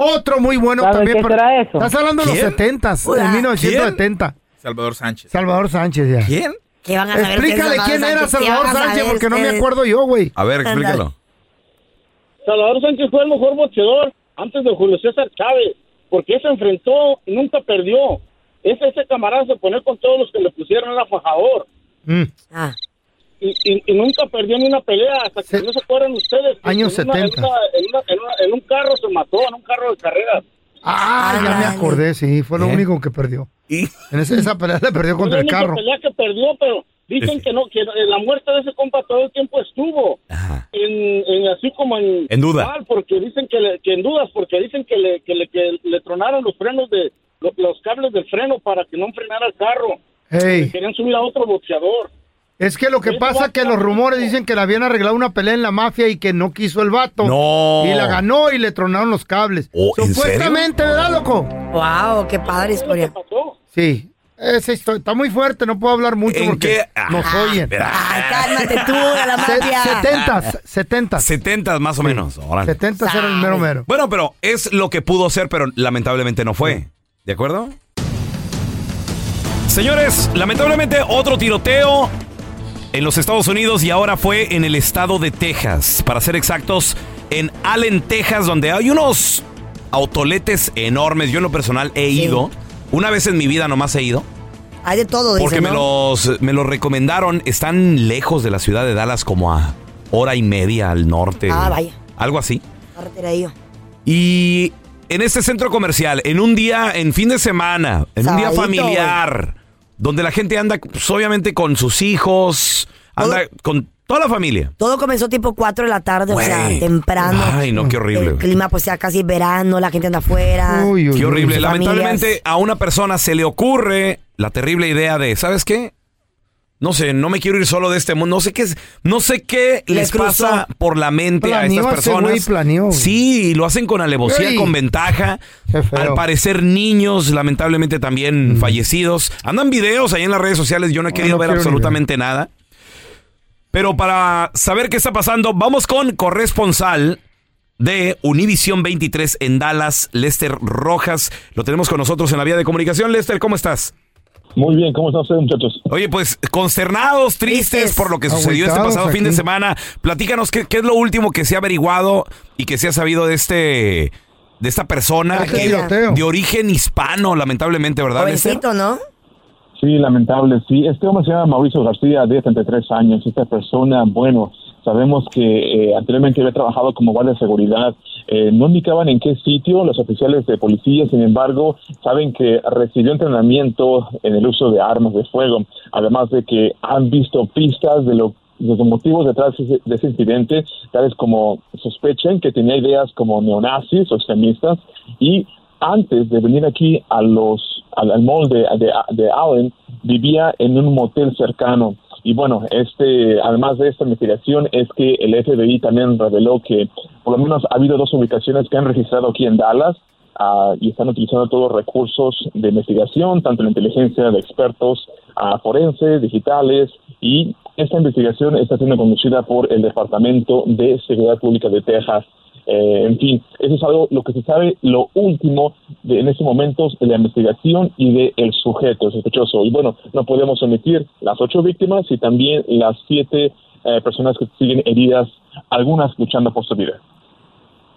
Speaker 2: Otro muy bueno
Speaker 13: ¿Sabe
Speaker 2: también.
Speaker 13: qué
Speaker 2: pero-
Speaker 13: será eso?
Speaker 2: Estás hablando de
Speaker 13: ¿Quién?
Speaker 2: los 70s,
Speaker 13: ¿Quién?
Speaker 2: de 1970.
Speaker 7: Salvador Sánchez.
Speaker 2: Salvador Sánchez ya.
Speaker 1: ¿Quién?
Speaker 3: ¿Qué van a saber
Speaker 2: Explícale
Speaker 3: ustedes,
Speaker 2: quién era
Speaker 3: Sánchez? ¿Qué
Speaker 2: Salvador
Speaker 3: van a
Speaker 2: Sánchez
Speaker 3: saber
Speaker 2: porque no me
Speaker 3: ustedes?
Speaker 2: acuerdo yo, güey.
Speaker 1: A ver, explícalo.
Speaker 13: Salvador Sánchez fue el mejor boxeador antes de Julio César Chávez, porque él se enfrentó y nunca perdió. Ese, ese camarada se ponía con todos los que le pusieron, era fajador.
Speaker 3: Ah.
Speaker 13: Y, y- y nunca perdió ni una pelea, hasta que no se acuerdan ustedes. que
Speaker 2: Años
Speaker 13: en una- en
Speaker 2: 70.
Speaker 13: una- en una- en una- en un carro se mató, en un carro de carreras.
Speaker 2: Ah, ya me acordé, sí. Fue
Speaker 1: ¿Eh?
Speaker 2: lo único que perdió. En ese- esa pelea la perdió
Speaker 13: Fue
Speaker 2: contra
Speaker 13: la
Speaker 2: el
Speaker 13: única
Speaker 2: carro.
Speaker 13: pelea que perdió, pero
Speaker 1: Este.
Speaker 13: dicen que no, que la muerte de ese compa todo el tiempo estuvo. En, en- así como en,
Speaker 1: En duda.
Speaker 13: mal, porque dicen que, le- que en dudas, porque dicen que le, que le, que le tronaron los frenos de lo- los cables del freno para que no frenara el carro.
Speaker 2: Ey.
Speaker 13: Querían subir a otro boxeador.
Speaker 2: Es que lo que pasa es que los rumores dicen que le habían arreglado una pelea en la mafia y que no quiso el vato.
Speaker 1: No. Oh,
Speaker 2: Y la ganó y le tronaron los cables.
Speaker 1: ¿en
Speaker 2: Supuestamente, ¿verdad, loco?
Speaker 3: Wow, qué padre historia.
Speaker 2: Sí. Esa historia está muy fuerte, no puedo hablar mucho porque
Speaker 1: Ah,
Speaker 2: nos oyen.
Speaker 3: Cálmate tú, de la
Speaker 2: Se-
Speaker 3: mafia.
Speaker 2: 70s, 70s.
Speaker 1: 70 más o menos. Órale.
Speaker 2: 70s era el mero mero.
Speaker 1: Bueno, pero es lo que pudo ser, pero lamentablemente no fue. ¿De acuerdo? Señores, lamentablemente otro tiroteo en los Estados Unidos y ahora fue en el estado de Texas. Para ser exactos, en Allen, Texas, donde hay unos autoletes enormes. Yo en lo personal he ido. Una vez en mi vida nomás he ido.
Speaker 3: Hay de todo, dice,
Speaker 1: Porque me
Speaker 3: ¿no?
Speaker 1: los, me los recomendaron. Están lejos de la ciudad de Dallas, como a hora y media al norte.
Speaker 3: Ah,
Speaker 1: güey.
Speaker 3: vaya.
Speaker 1: Algo así.
Speaker 3: Carretera ahí, yo.
Speaker 1: Y en este centro comercial, en un día, en fin de semana, en un
Speaker 3: Sabadito,
Speaker 1: día familiar, donde la gente anda, pues, obviamente, con sus hijos, anda con toda la familia.
Speaker 3: Todo comenzó tipo 4 de la tarde, o sea, temprano.
Speaker 1: Ay, no, qué horrible.
Speaker 2: Eh,
Speaker 3: El
Speaker 1: güey.
Speaker 3: clima, pues, ya casi verano, la gente anda afuera.
Speaker 1: Qué horrible.
Speaker 3: Sus
Speaker 1: Lamentablemente
Speaker 3: familias.
Speaker 1: a una persona se le ocurre la terrible idea de, ¿sabes qué? No sé, no me quiero ir solo de este mundo. No sé qué, es- no sé qué
Speaker 2: Le
Speaker 1: les
Speaker 2: cruzó.
Speaker 1: pasa por la mente
Speaker 2: Planeó
Speaker 1: a
Speaker 2: ese
Speaker 1: estas personas.
Speaker 2: güey, planeó, güey.
Speaker 1: Sí, lo hacen con alevosía,
Speaker 2: Ey.
Speaker 1: con ventaja. Al parecer niños, lamentablemente también fallecidos. Andan videos ahí en las redes sociales. Yo no he querido
Speaker 2: Mm. Ah, no
Speaker 1: ver
Speaker 2: quiero ni ver.
Speaker 1: absolutamente nada. Pero para saber qué está pasando, vamos con corresponsal de Univisión 23 en Dallas, Lester Rojas. Lo tenemos con nosotros en la vía de comunicación. Lester, ¿cómo estás?
Speaker 14: Muy bien, ¿cómo están ustedes, muchachos?
Speaker 1: Oye, pues consternados, tristes por lo que sucedió este
Speaker 14: Agüitados
Speaker 1: pasado fin de
Speaker 14: aquí.
Speaker 1: semana. Platícanos qué, qué es lo último que se ha averiguado y que se ha sabido de este de esta persona
Speaker 3: Este
Speaker 1: que-
Speaker 3: tiroteo.
Speaker 1: de origen hispano, lamentablemente, ¿verdad? este Lester?
Speaker 3: Jovencito, ¿no?
Speaker 14: Sí, lamentable, sí. Este hombre se llama Mauricio García, de 33 años. Esta persona, bueno, Sabemos que eh, anteriormente había trabajado como guardia de seguridad. Eh, no indicaban en qué sitio los oficiales de policía, sin embargo, saben que recibió entrenamiento en el uso de armas de fuego. Además de que han visto pistas de lo de los motivos detrás de ese incidente, tales como sospechen que tenía ideas como neonazis o extremistas, y antes de venir aquí a los, al, al mall de, de, de Allen, vivía en un motel cercano. Y bueno, este, además de esta investigación, es que el FBI también reveló que por lo menos ha habido dos ubicaciones que han registrado aquí en Dallas, ah, y están utilizando todos los recursos de investigación, tanto la inteligencia de expertos ah, forenses, digitales, y esta investigación está siendo conducida por el Departamento de Seguridad Pública de Texas. Eh, en fin, eso es algo lo que se sabe, lo último de, en estos momentos de la investigación y del el sujeto el sospechoso. Y bueno, no podemos omitir las ocho víctimas y también las siete eh, personas que siguen heridas, algunas luchando por su vida.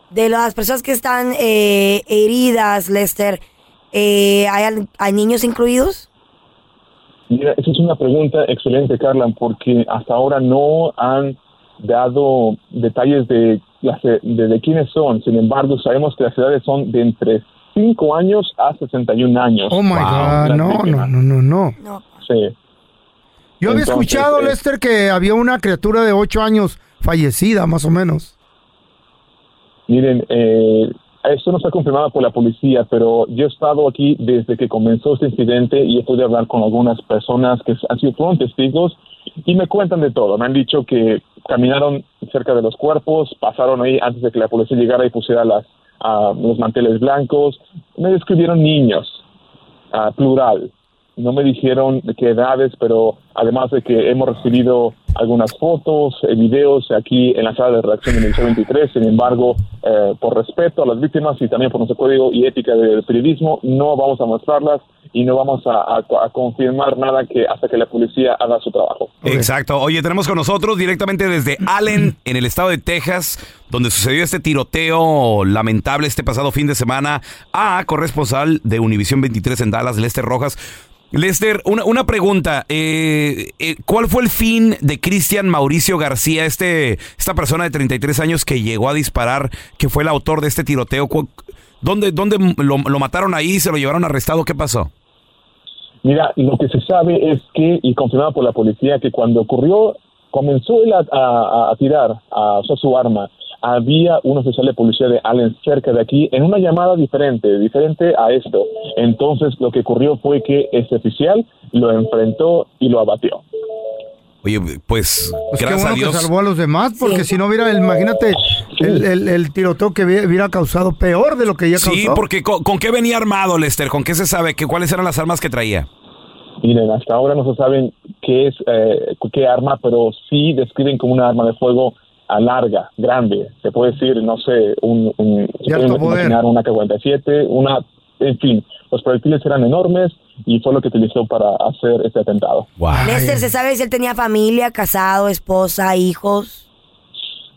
Speaker 3: De las personas que están eh, heridas, Lester, eh, ¿hay, al- ¿hay niños incluidos?
Speaker 14: Mira, esa es una pregunta excelente, Carla, porque hasta ahora no han dado detalles de, las- de, de quiénes son. Sin embargo, sabemos que las edades son de entre 5 años a 61 años.
Speaker 2: Oh my God, no, no, no, no, no.
Speaker 14: Sí.
Speaker 2: Yo había
Speaker 14: Entonces,
Speaker 2: escuchado,
Speaker 14: eh,
Speaker 2: Lester, que había una criatura de 8 años fallecida, más o menos.
Speaker 14: Miren, eh, esto no está confirmado por la policía, pero yo he estado aquí desde que comenzó este incidente y he podido hablar con algunas personas que han sido fueron testigos y me cuentan de todo. Me han dicho que caminaron cerca de los cuerpos, pasaron ahí antes de que la policía llegara y pusiera las, ah, los manteles blancos. Me describieron niños, ah, plural. No me dijeron de qué edades, pero además de que hemos recibido algunas fotos, eh, videos aquí en la sala de redacción del Ministerio 23, sin embargo, eh, por respeto a las víctimas y también por nuestro código y ética del periodismo, no vamos a mostrarlas y no vamos a, a- a confirmar nada que hasta que la policía haga su trabajo.
Speaker 1: Exacto. Oye, tenemos con nosotros directamente desde Allen, en el estado de Texas, donde sucedió este tiroteo lamentable este pasado fin de semana, a corresponsal de Univisión 23 en Dallas, Lester Rojas. Lester, una, una pregunta. eh, eh, ¿Cuál fue el fin de Cristian Mauricio García, este, esta persona de 33 años que llegó a disparar, que fue el autor de este tiroteo? ¿Cu- ¿Dónde, dónde lo, lo mataron ahí? ¿Se lo llevaron arrestado? ¿Qué pasó?
Speaker 14: Mira, lo que se sabe es que, y confirmado por la policía, que cuando ocurrió, comenzó él a, a- a tirar a usar su arma. Había un oficial de policía de Allen cerca de aquí en una llamada diferente, diferente a esto. Entonces, lo que ocurrió fue que ese oficial lo enfrentó y lo abatió.
Speaker 1: Oye, pues,
Speaker 2: Pues qué
Speaker 1: gracias
Speaker 2: bueno
Speaker 1: a Dios. Oh.
Speaker 2: que salvó a los demás, porque si no hubiera, el- imagínate, el, el- el tiroteo que hubiera- hubiera causado peor de lo que ya causó.
Speaker 1: Sí, porque co- ¿con, qué venía armado, Lester? ¿Con qué se sabe? ¿Qué, ¿Cuáles eran las armas que traía?
Speaker 14: Miren, hasta ahora no se saben qué es, eh, qué arma, pero sí describen como una arma de fuego a larga, grande. Se puede decir, no sé, un, un se puede imaginar una K-47, una, en fin, los proyectiles eran enormes y fue lo que utilizó para hacer este atentado.
Speaker 3: Lester, ¿se sabe si él tenía familia, casado, esposa, hijos?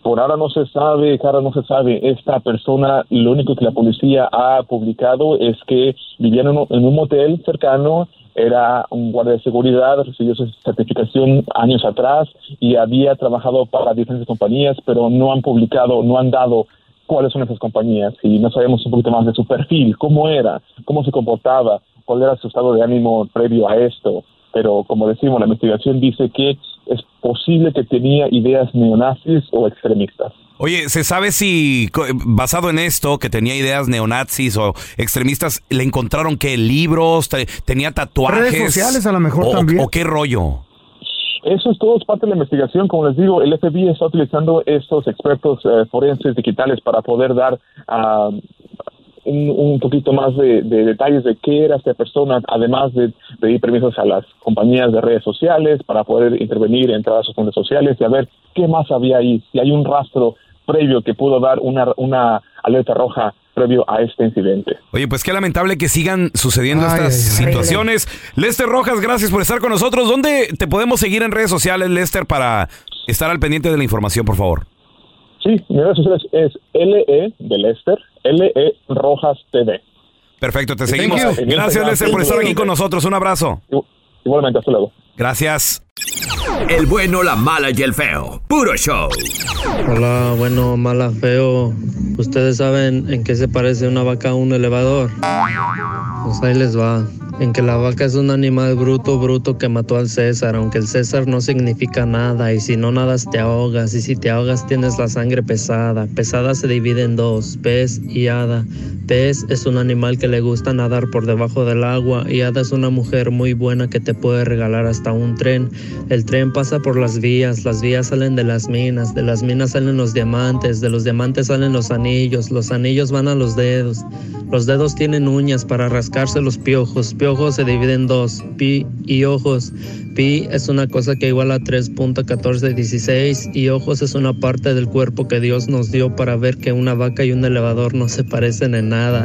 Speaker 14: Por ahora no se sabe, cara, no se sabe. Esta persona, lo único que la policía ha publicado es que vivía en un, en un motel cercano, era un guardia de seguridad, recibió su certificación años atrás y había trabajado para diferentes compañías, pero no han publicado, no han dado cuáles son esas compañías y no sabemos un poquito más de su perfil, cómo era, cómo se comportaba, cuál era su estado de ánimo previo a esto. Pero como decimos, la investigación dice que es posible que tenía ideas neonazis o extremistas.
Speaker 1: Oye, ¿se sabe si, co- basado en esto, que tenía ideas neonazis o extremistas, le encontraron qué libros, Te- tenía tatuajes?
Speaker 2: Redes sociales a lo mejor
Speaker 1: O-
Speaker 2: también.
Speaker 1: ¿O qué rollo?
Speaker 14: Eso es todo es parte de la investigación. Como les digo, el FBI está utilizando estos expertos eh, forenses digitales para poder dar ah, un, un poquito más de, de detalles de qué era esta persona, además de pedir permisos a las compañías de redes sociales para poder intervenir, entrar a sus redes sociales y a ver qué más había ahí, si hay un rastro previo que pudo dar una, una alerta roja previo a este incidente.
Speaker 1: Oye, pues qué lamentable que sigan sucediendo estas situaciones. Lester Rojas, gracias por estar con nosotros. ¿Dónde te podemos seguir en redes sociales, Lester, para estar al pendiente de la información, por favor?
Speaker 14: Sí, mi redes sociales es LE de Lester, LE Rojas TV.
Speaker 1: Perfecto, te
Speaker 14: Thank
Speaker 1: seguimos.
Speaker 14: you.
Speaker 1: Gracias, Lester, por estar aquí con nosotros. Un abrazo.
Speaker 14: Igualmente, hasta luego.
Speaker 1: Gracias.
Speaker 12: El bueno, la mala y el feo. Puro show.
Speaker 15: Hola, bueno, mala, feo. Ustedes saben en qué se parece una vaca a un elevador. Pues ahí les va. En que la vaca es un animal bruto, bruto que mató al César, aunque el César no significa nada, y si no nadas te ahogas, y si te ahogas tienes la sangre pesada. Pesada se divide en dos, pez y hada. Pez es un animal que le gusta nadar por debajo del agua, y hada es una mujer muy buena que te puede regalar hasta un tren. El tren pasa por las vías, las vías salen de las minas, de las minas salen los diamantes, de los diamantes salen los anillos, los anillos van a los dedos. Los dedos tienen uñas para rascarse los piojos. Piojos se dividen en dos, pi y ojos. Pi es una cosa que iguala a 3.1416 y ojos es una parte del cuerpo que Dios nos dio para ver que una vaca y un elevador no se parecen en nada.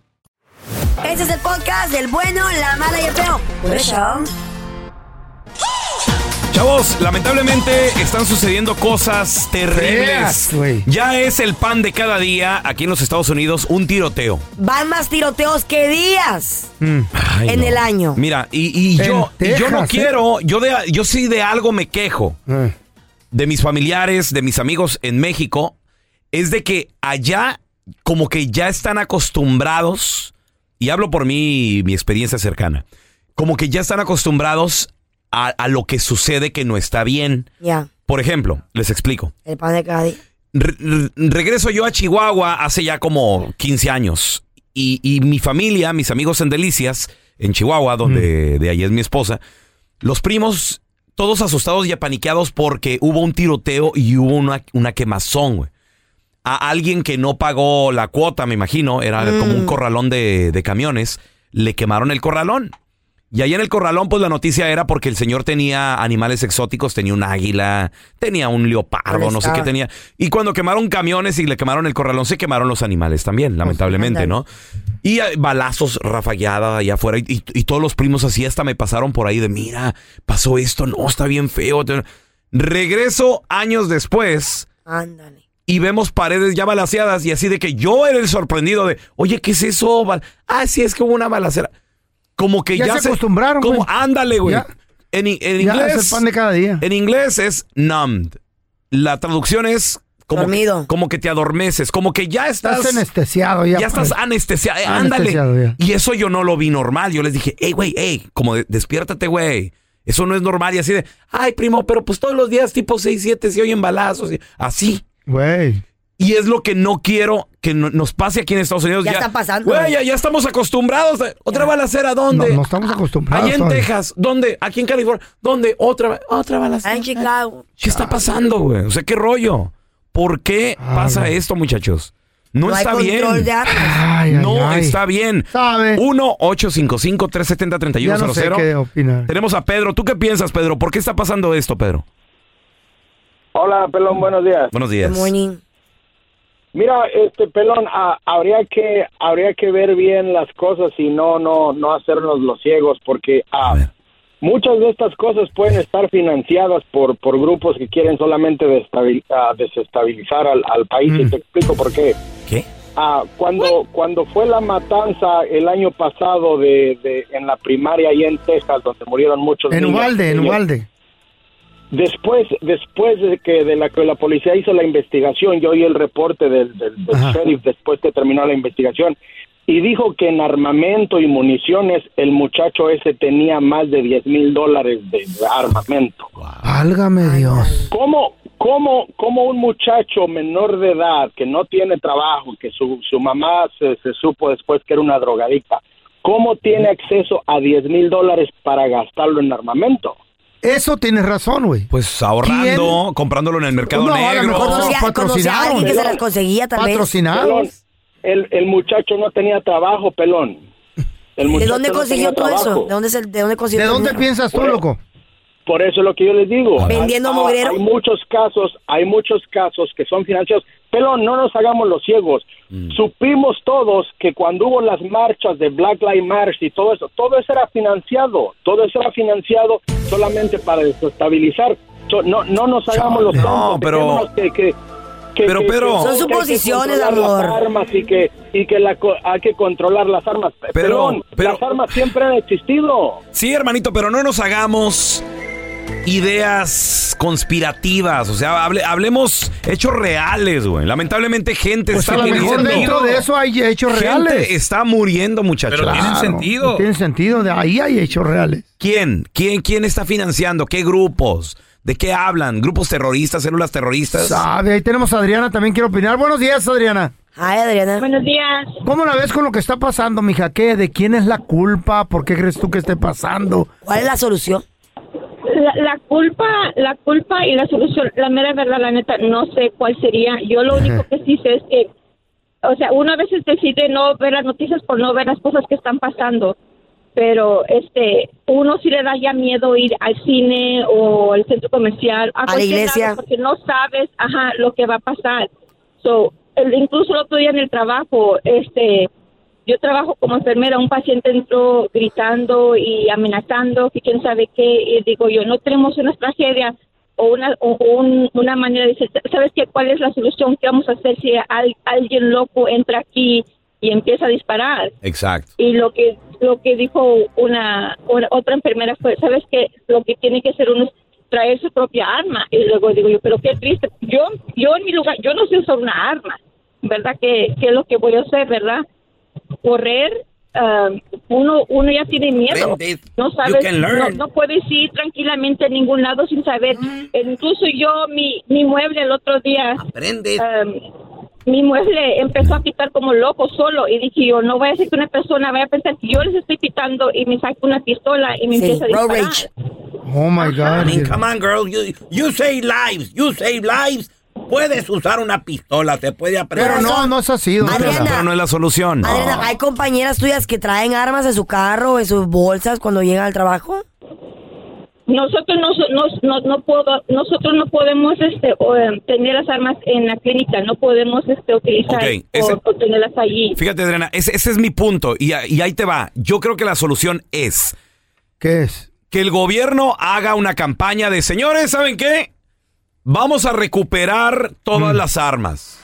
Speaker 3: Este es el podcast del bueno, la mala y el feo. Por eso.
Speaker 1: Chavos, lamentablemente están sucediendo cosas terribles.
Speaker 2: Feas, güey.
Speaker 1: ya es el pan de cada día aquí en los Estados Unidos, un tiroteo.
Speaker 3: Van más tiroteos que días en el año.
Speaker 1: Mira, y, y
Speaker 3: Mm. En
Speaker 1: yo, y yo no
Speaker 3: Texas, ¿eh?
Speaker 1: quiero, yo, de, yo sí de algo me quejo. De mis familiares, de mis amigos en México, es de que allá como que ya están acostumbrados, y hablo por mí, mi experiencia cercana, como que ya están acostumbrados a, a lo que sucede que no está bien.
Speaker 3: Ya,
Speaker 1: Por ejemplo, les explico.
Speaker 3: el pan de cada día.
Speaker 1: Re- re- regreso yo a Chihuahua hace ya como 15 años. Y, y mi familia, mis amigos en Delicias, en Chihuahua, donde de ahí es mi esposa, los primos, todos asustados y apaniqueados porque hubo un tiroteo y hubo una, una quemazón, güey. A alguien que no pagó la cuota, me imagino, era como un corralón de, de camiones, le quemaron el corralón. Y ahí en el corralón, pues la noticia era porque el señor tenía animales exóticos, tenía un águila, tenía un leopardo, no sé
Speaker 11: Molestaba.
Speaker 1: qué tenía. Y cuando quemaron camiones y le quemaron el corralón, se quemaron los animales también, lamentablemente, ¿no? Y eh, balazos rafagueada allá afuera. Y, y- y todos los primos así hasta me pasaron por ahí de, mira, pasó esto, no, está bien feo. Regreso años después
Speaker 3: Ándale.
Speaker 1: y vemos paredes ya balaseadas y así de que yo era el sorprendido de, oye, ¿qué es eso? Bal- Ah, sí, es que hubo una balacera. Como que ya,
Speaker 2: Ya se acostumbraron,
Speaker 1: Como,
Speaker 2: güey.
Speaker 1: ándale, güey.
Speaker 2: Ya.
Speaker 1: En, i- en
Speaker 2: Ya
Speaker 1: inglés.
Speaker 2: es el pan de cada día.
Speaker 1: En inglés es numbed. La traducción es como, Que, como que te adormeces, como que ya estás.
Speaker 2: Estás anestesiado ya.
Speaker 1: ya estás
Speaker 2: pues.
Speaker 1: anestesiado. eh,
Speaker 2: Anestesiado
Speaker 1: ándale.
Speaker 2: ya.
Speaker 1: Y eso yo no lo vi normal. Yo les dije, hey, güey, hey, como de- despiértate, güey. Eso no es normal. Y así de, ay, primo, pero pues todos los días tipo 6, 7 se oyen balazos. y- Así.
Speaker 2: Güey.
Speaker 1: Y es lo que no quiero que no- nos pase aquí en Estados Unidos.
Speaker 2: Ya está pasando,
Speaker 1: Güey,
Speaker 2: güey.
Speaker 1: ya, ya estamos acostumbrados. eh, ¿Otra balacera
Speaker 2: No,
Speaker 1: dónde?
Speaker 2: no estamos acostumbrados.
Speaker 1: Allá Ah, en
Speaker 2: todavía.
Speaker 1: Texas. ¿Dónde? Aquí en California. ¿Dónde? Otra, otra balacera.
Speaker 3: Ah, En Chicago.
Speaker 1: ¿Qué está pasando, güey? O sea, ¿qué rollo? ¿Por qué
Speaker 2: Ah,
Speaker 1: pasa esto, muchachos? No,
Speaker 3: hay
Speaker 1: está bien.
Speaker 3: control de armas.
Speaker 1: no
Speaker 2: ay.
Speaker 1: está bien. 1-855-370-3100.
Speaker 2: Ya no sé qué opinar.
Speaker 1: Tenemos a Pedro. ¿Tú qué piensas, Pedro? ¿Por qué está pasando esto, Pedro?
Speaker 4: Hola, Pelón, buenos días.
Speaker 1: Buenos días.
Speaker 4: Mira, este pelón, a- habría que habría que ver bien las cosas y no no no hacernos los ciegos porque ah, muchas de estas cosas pueden estar financiadas por por grupos que quieren solamente destabil- ah, desestabilizar al, al país y te explico por Mm. qué.
Speaker 1: ¿Qué?
Speaker 4: Ah, cuando cuando fue la matanza el año pasado de, de- en la primaria ahí en Texas donde murieron muchos
Speaker 2: En
Speaker 4: niños,
Speaker 2: Ubalde, en
Speaker 4: niños,
Speaker 2: Ubalde.
Speaker 4: Después, después de que de la que la policía hizo la investigación, yo oí el reporte del, del- del sheriff después que terminó la investigación y dijo que en armamento y municiones el muchacho ese tenía más de 10 mil dólares de armamento.
Speaker 2: Válgame Dios.
Speaker 4: ¿Cómo, cómo, cómo un muchacho menor de edad que no tiene trabajo, que su, su mamá se, se supo después que era una drogadicta, cómo tiene acceso a 10 mil dólares para gastarlo en armamento?
Speaker 2: Eso tienes razón, güey.
Speaker 1: Pues ahorrando, comprándolo en el mercado
Speaker 2: No, a lo
Speaker 1: negro.
Speaker 2: mejor
Speaker 3: Conocía- conocía a alguien que se las conseguía tal vez.
Speaker 4: Pelón, El, el muchacho no tenía trabajo, pelón.
Speaker 3: ¿De
Speaker 4: El muchacho
Speaker 3: dónde
Speaker 4: no
Speaker 3: consiguió
Speaker 4: tenía
Speaker 3: todo eso?
Speaker 4: trabajo.
Speaker 3: ¿De dónde, se- de dónde consiguió todo eso?
Speaker 4: Por- e- Por eso es lo que yo les digo.
Speaker 3: Ah, Vendiendo
Speaker 4: Hay-
Speaker 3: mugrero.
Speaker 4: Hay muchos casos, hay muchos casos que son financiados. Pelón, no nos hagamos los ciegos.
Speaker 1: Mm.
Speaker 4: Supimos todos que cuando hubo las marchas de Black Lives Matter y todo eso, todo eso era financiado. Todo eso era financiado solamente para desestabilizar. So, no, no nos hagamos los
Speaker 1: No,
Speaker 4: tontos,
Speaker 1: pero-
Speaker 4: dejémonos que- que- que-
Speaker 1: Pero,
Speaker 4: que-
Speaker 1: Pedro.
Speaker 4: que-
Speaker 1: Son
Speaker 4: que hay que
Speaker 3: suposiciones,
Speaker 4: controlar
Speaker 3: amor.
Speaker 4: Las armas y que, y que la co- hay que controlar las armas. Pelón, Eh, las armas siempre han existido.
Speaker 1: Sí, hermanito, pero no nos hagamos ideas conspirativas. O sea, hable- hablemos hechos reales, güey. Lamentablemente, gente
Speaker 2: Pues
Speaker 1: está
Speaker 2: a lo
Speaker 1: teniendo
Speaker 2: mejor dentro
Speaker 1: miedo.
Speaker 2: de eso hay hechos
Speaker 1: Gente
Speaker 2: reales.
Speaker 1: está muriendo, muchachos.
Speaker 2: Claro, no Tienen sentido, de ahí hay hechos reales.
Speaker 1: ¿Quién? ¿Quién? ¿Quién está financiando? ¿Qué grupos? ¿De qué hablan? ¿Grupos terroristas? ¿Células terroristas?
Speaker 2: Sabe, ahí tenemos a Adriana, también quiero opinar. Buenos días, Adriana.
Speaker 3: Ay, Adriana.
Speaker 16: Buenos días.
Speaker 2: ¿Cómo la ves con lo que está pasando, mija? ¿Qué? ¿De quién es la culpa? ¿Por qué crees tú que esté pasando?
Speaker 3: ¿Cuál es la solución?
Speaker 16: La, la culpa, la culpa y la solución, la mera verdad, la neta, no sé cuál sería. Yo lo único que sí sé es que, o sea, uno a veces decide no ver las noticias por no ver las cosas que están pasando, pero este, uno sí le da ya miedo ir al cine o al centro comercial, a,
Speaker 3: la
Speaker 16: cualquier
Speaker 3: iglesia.
Speaker 16: lado, porque no sabes, ajá, lo que va a pasar. So, el- incluso el otro día en el trabajo, este, yo trabajo como enfermera, un paciente entró gritando y amenazando, que quién sabe qué, y digo yo, no tenemos una tragedia o una, o un- una manera de decir, ¿sabes qué? ¿Cuál es la solución? ¿Qué vamos a hacer si al- alguien loco entra aquí y empieza a disparar?
Speaker 1: Exacto.
Speaker 16: Y lo que lo que dijo una, una- otra enfermera fue, ¿sabes qué? Lo que tiene que hacer uno es traer su propia arma. Y luego digo yo, pero qué triste. Yo yo en mi lugar, yo no sé usar una arma, ¿verdad? ¿Qué, qué es lo que voy a hacer, verdad? Correr, ah, uno uno ya tiene miedo.
Speaker 17: Aprende.
Speaker 16: No
Speaker 17: You
Speaker 16: sabes,
Speaker 17: can
Speaker 16: no,
Speaker 17: learn.
Speaker 16: no puedes ir tranquilamente a ningún lado sin saber. Eh, Incluso yo, mi, mi mueble el otro día...
Speaker 17: Aprende.
Speaker 16: ah, mi mueble empezó a pitar como loco solo y dije yo no voy a ser que una persona vaya a pensar que yo les estoy pitando y me saque una pistola y me
Speaker 3: Sí,
Speaker 16: empieza a
Speaker 3: road
Speaker 16: disparar.
Speaker 2: Oh my God.
Speaker 17: I mean, come on, girl. You, you save lives. You save lives. Puedes usar una pistola, te puede aprender.
Speaker 2: Pero no, no es así, don Tela.
Speaker 1: Pero no es la solución.
Speaker 3: Adriana, ¿hay compañeras tuyas que traen armas en su carro o en sus bolsas cuando llegan al trabajo?
Speaker 16: Nosotros no, so- no, no, no puedo, nosotros no podemos este, o, eh, tener las armas en la clínica, no podemos este, utilizar
Speaker 1: Ok,
Speaker 16: o-
Speaker 1: ese-
Speaker 16: o, tenerlas allí.
Speaker 1: Fíjate, Adriana, ese, ese es mi punto y, a- y ahí te va. Yo creo que la solución es...
Speaker 2: ¿Qué es?
Speaker 1: Que el gobierno haga una campaña de, señores, ¿saben qué? Vamos a recuperar
Speaker 2: Mm.
Speaker 1: todas las armas.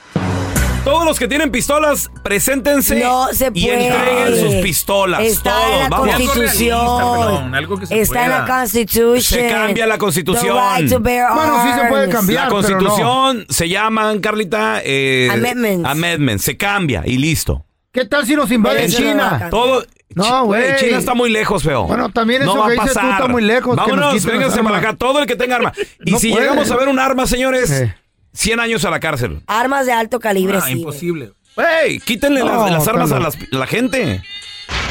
Speaker 1: Todos los que tienen pistolas, preséntense
Speaker 3: No se
Speaker 1: y
Speaker 3: puede.
Speaker 1: entreguen sus pistolas.
Speaker 3: Está
Speaker 1: todos,
Speaker 3: en la
Speaker 1: vamos.
Speaker 3: Constitución. Está en la Constitución.
Speaker 1: Se cambia la Constitución.
Speaker 3: The right to bear
Speaker 2: Bueno, sí se puede
Speaker 3: arms.
Speaker 2: cambiar,
Speaker 1: La Constitución se llaman, Carlita, eh,
Speaker 2: Amendments.
Speaker 1: amendments. Se cambia y listo.
Speaker 2: ¿Qué tal si nos invade
Speaker 1: Eso no
Speaker 2: China?
Speaker 1: Todo.
Speaker 2: No,
Speaker 1: Chi-
Speaker 2: güey.
Speaker 1: China está muy lejos, feo.
Speaker 2: Bueno, también
Speaker 1: No
Speaker 2: eso
Speaker 1: va
Speaker 2: que
Speaker 1: a
Speaker 2: dices tú
Speaker 1: pasar.
Speaker 2: está muy lejos, que nos
Speaker 1: Vámonos,
Speaker 2: quiten las
Speaker 1: vénganse para
Speaker 2: armas.
Speaker 1: acá. Todo el que tenga arma. Y
Speaker 2: No
Speaker 1: si
Speaker 2: puede. Eh.
Speaker 1: llegamos a ver un arma, señores, 100 años a la cárcel.
Speaker 3: Armas de alto calibre, sí.
Speaker 1: Ah, imposible. Güey, quítenle las-
Speaker 3: No,
Speaker 1: las, armas a
Speaker 3: Carlos.
Speaker 1: las- la gente.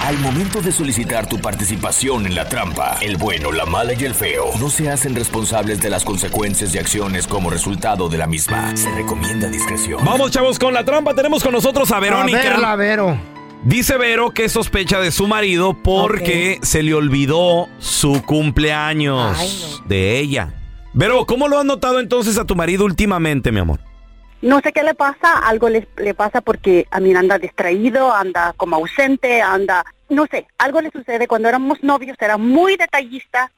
Speaker 12: Al momento de solicitar tu participación en la trampa, el bueno, la mala y el feo no se hacen responsables de las consecuencias y acciones como resultado de la misma. Se recomienda discreción.
Speaker 1: Vamos, chavos, con la trampa. Tenemos con nosotros a Verónica.
Speaker 2: A verla, Vero.
Speaker 1: Dice Vero que sospecha de su marido porque se le olvidó su cumpleaños de ella. Vero, ¿cómo lo has notado entonces a tu marido últimamente, mi amor?
Speaker 18: No sé qué le pasa, algo le, le pasa porque a mí anda distraído, anda como ausente, anda, no sé, algo le sucede. Cuando éramos novios era muy detallista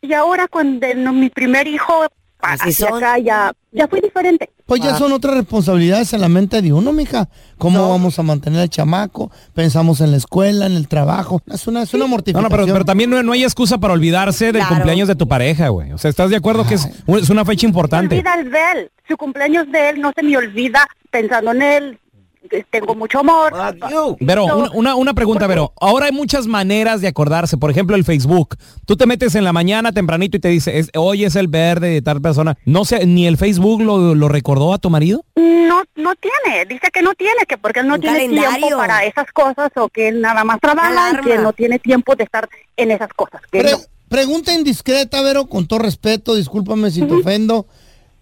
Speaker 18: y ahora cuando no- mi primer hijo pa-
Speaker 2: Así
Speaker 18: hacia
Speaker 2: son.
Speaker 18: acá ya, ya fue diferente.
Speaker 2: Pues ya son otras responsabilidades en la mente de uno, mija. ¿Cómo vamos a mantener al chamaco? Pensamos en la escuela, en el trabajo. Es una, es una
Speaker 1: No, no,
Speaker 2: mortificación.
Speaker 1: pero, pero también no, no hay excusa para olvidarse del
Speaker 18: Claro.
Speaker 1: cumpleaños de tu pareja, güey. O sea, ¿estás de acuerdo que es, un- es una fecha importante?
Speaker 18: olvida el de él, su cumpleaños de él no se me olvida pensando en él. eh, Tengo mucho amor.
Speaker 1: Vero,
Speaker 18: No,
Speaker 1: una, una, una pregunta, Vero. Ahora hay muchas maneras de acordarse. Por ejemplo, el Facebook. Tú te metes en la mañana tempranito y te dice, es- hoy es el verde de tal persona. No sé, ¿ni el Facebook lo, lo recordó a tu marido?
Speaker 18: No, no tiene, dice que no tiene, que porque él no
Speaker 3: Un
Speaker 18: tiene
Speaker 3: calendario.
Speaker 18: tiempo para esas cosas o que él nada más trabaja,
Speaker 3: Alarma.
Speaker 18: y que no tiene tiempo de estar en esas cosas. que
Speaker 2: Pre-
Speaker 18: no.
Speaker 2: Pregunta indiscreta, Vero, con todo respeto, discúlpame si te ofendo.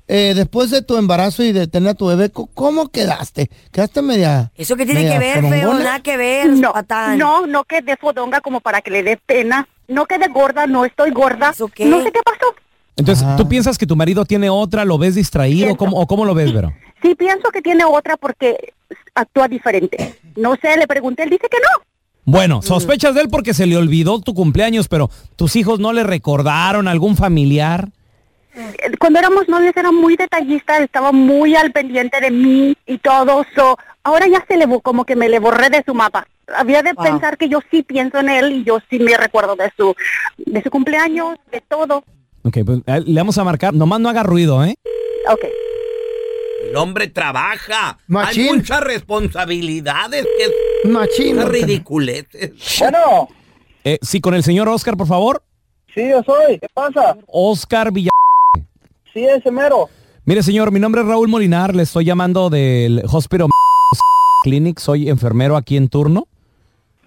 Speaker 2: Eh, después de tu embarazo y de tener a tu bebé, co- ¿cómo quedaste? ¿Quedaste media?
Speaker 3: ¿Eso qué tiene
Speaker 2: media
Speaker 3: que ver, feo?
Speaker 2: fregona?
Speaker 3: Nada que ver,
Speaker 18: no,
Speaker 3: patán.
Speaker 18: no, no quedé fodonga como para que le dé pena, no quedé gorda, no estoy gorda, no sé qué pasó.
Speaker 1: Entonces, ¿tú piensas que tu marido tiene otra? ¿Lo ves distraído? ¿Cómo, ¿O cómo lo ves, Vero?
Speaker 18: Sí pienso que tiene otra porque actúa diferente. No sé, le pregunté, él dice que no.
Speaker 1: Bueno, sospechas de él porque se le olvidó tu cumpleaños, pero tus hijos no le recordaron a algún familiar.
Speaker 18: Eh, Cuando éramos novios era muy detallista, estaba muy al pendiente de mí y todo. so, ahora ya se le bo- como que me le borré de su mapa. Había de
Speaker 3: Wow.
Speaker 18: pensar que yo sí pienso en él y yo sí me recuerdo de su de su cumpleaños, de todo.
Speaker 1: Ok, pues a él le vamos a marcar. Nomás no haga ruido, ¿eh?
Speaker 18: Ok.
Speaker 19: El hombre trabaja. Hay
Speaker 1: Machín.
Speaker 19: muchas responsabilidades que
Speaker 2: Machín.
Speaker 19: son ridiculeces.
Speaker 13: Bueno,
Speaker 1: Eh, sí, con el señor Oscar, por favor.
Speaker 13: sí, yo soy. ¿Qué pasa?
Speaker 1: Oscar Villa.
Speaker 13: Sí, ese mero.
Speaker 1: Mire, señor, mi nombre es Raúl Molinar, le estoy llamando del Hospital Clinic, soy enfermero aquí en turno.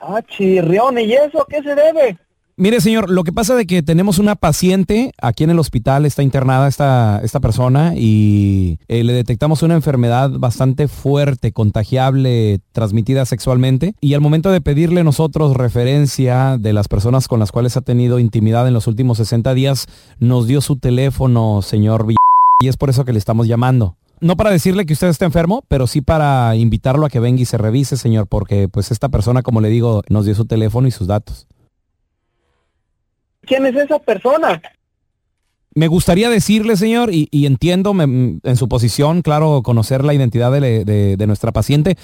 Speaker 13: Ah, chirrión. ¿Y eso a qué se debe?
Speaker 1: Mire, señor, lo que pasa de que tenemos una paciente aquí en el hospital, está internada esta, esta persona y eh, le detectamos una enfermedad bastante fuerte, contagiable, transmitida sexualmente. Y al momento de pedirle nosotros referencia de las personas con las cuales ha tenido intimidad en los últimos 60 días, nos dio su teléfono, señor Villa. Y es por eso que le estamos llamando. No para decirle que usted está enfermo, pero sí para invitarlo a que venga y se revise, señor, porque pues esta persona, como le digo, nos dio su teléfono y sus datos.
Speaker 13: ¿Quién es esa persona?
Speaker 1: Me gustaría decirle, señor, y, y entiendo me- mm, en su posición, claro, conocer la identidad de, le- de- de nuestra paciente,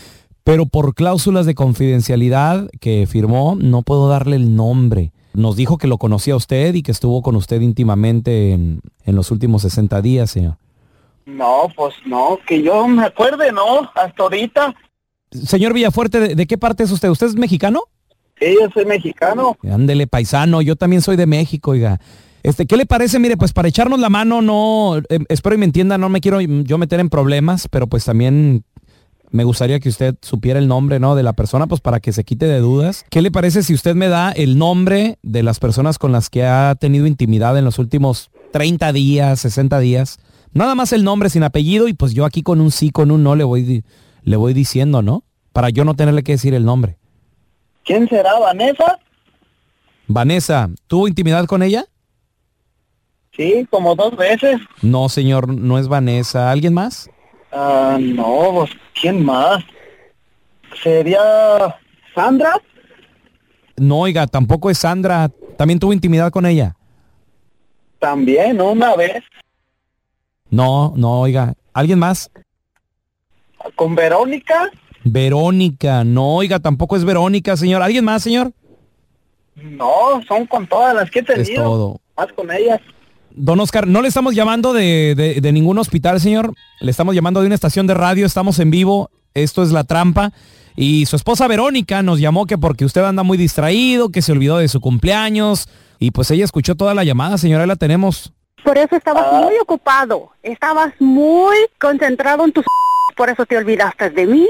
Speaker 1: pero por cláusulas de confidencialidad que firmó, no puedo darle el nombre. Nos dijo que lo conocía usted y que estuvo con usted íntimamente en, en los últimos 60 días, señor.
Speaker 13: No, pues no, que yo me acuerde, no, hasta ahorita.
Speaker 1: Señor Villafuerte, ¿de, de qué parte es usted? ¿Usted es mexicano?
Speaker 13: Sí, yo soy mexicano.
Speaker 1: Ándele, paisano, yo también soy de México, oiga. Este, ¿qué le parece? Mire, pues para echarnos la mano, no, eh, espero y me entienda, no me quiero yo meter en problemas, pero pues también me gustaría que usted supiera el nombre, ¿no? De la persona, pues para que se quite de dudas. ¿Qué le parece si usted me da el nombre de las personas con las que ha tenido intimidad en los últimos 30 días, 60 días? Nada más el nombre sin apellido y pues yo aquí con un sí, con un no le voy, di- le voy diciendo, ¿no? Para yo no tenerle que decir el nombre.
Speaker 13: ¿Quién será, Vanessa?
Speaker 1: Vanessa, ¿tuvo intimidad con ella?
Speaker 13: Sí, como dos veces.
Speaker 1: No, señor, no es Vanessa. ¿Alguien más?
Speaker 13: Ah, no, pues, ¿quién más? ¿Sería Sandra?
Speaker 1: No, oiga, tampoco es Sandra. También tuvo intimidad con ella.
Speaker 13: También, una vez,
Speaker 1: No, no, oiga. ¿Alguien más?
Speaker 13: con Verónica.
Speaker 1: Verónica. No, oiga, tampoco es Verónica, señor. ¿Alguien más, señor?
Speaker 13: No, son con todas las que he
Speaker 1: Es
Speaker 13: tenido.
Speaker 1: todo.
Speaker 13: Más con ellas.
Speaker 1: Don Oscar, no le estamos llamando de, de- de ningún hospital, señor. Le estamos llamando de una estación de radio. Estamos en vivo. Esto es La Trampa. Y su esposa Verónica nos llamó que porque usted anda muy distraído, que se olvidó de su cumpleaños. Y pues ella escuchó toda la llamada, señora. Ahí la tenemos.
Speaker 18: Por eso estabas
Speaker 13: Ah.
Speaker 18: muy ocupado, estabas muy concentrado en tus... Por eso te olvidaste de mí,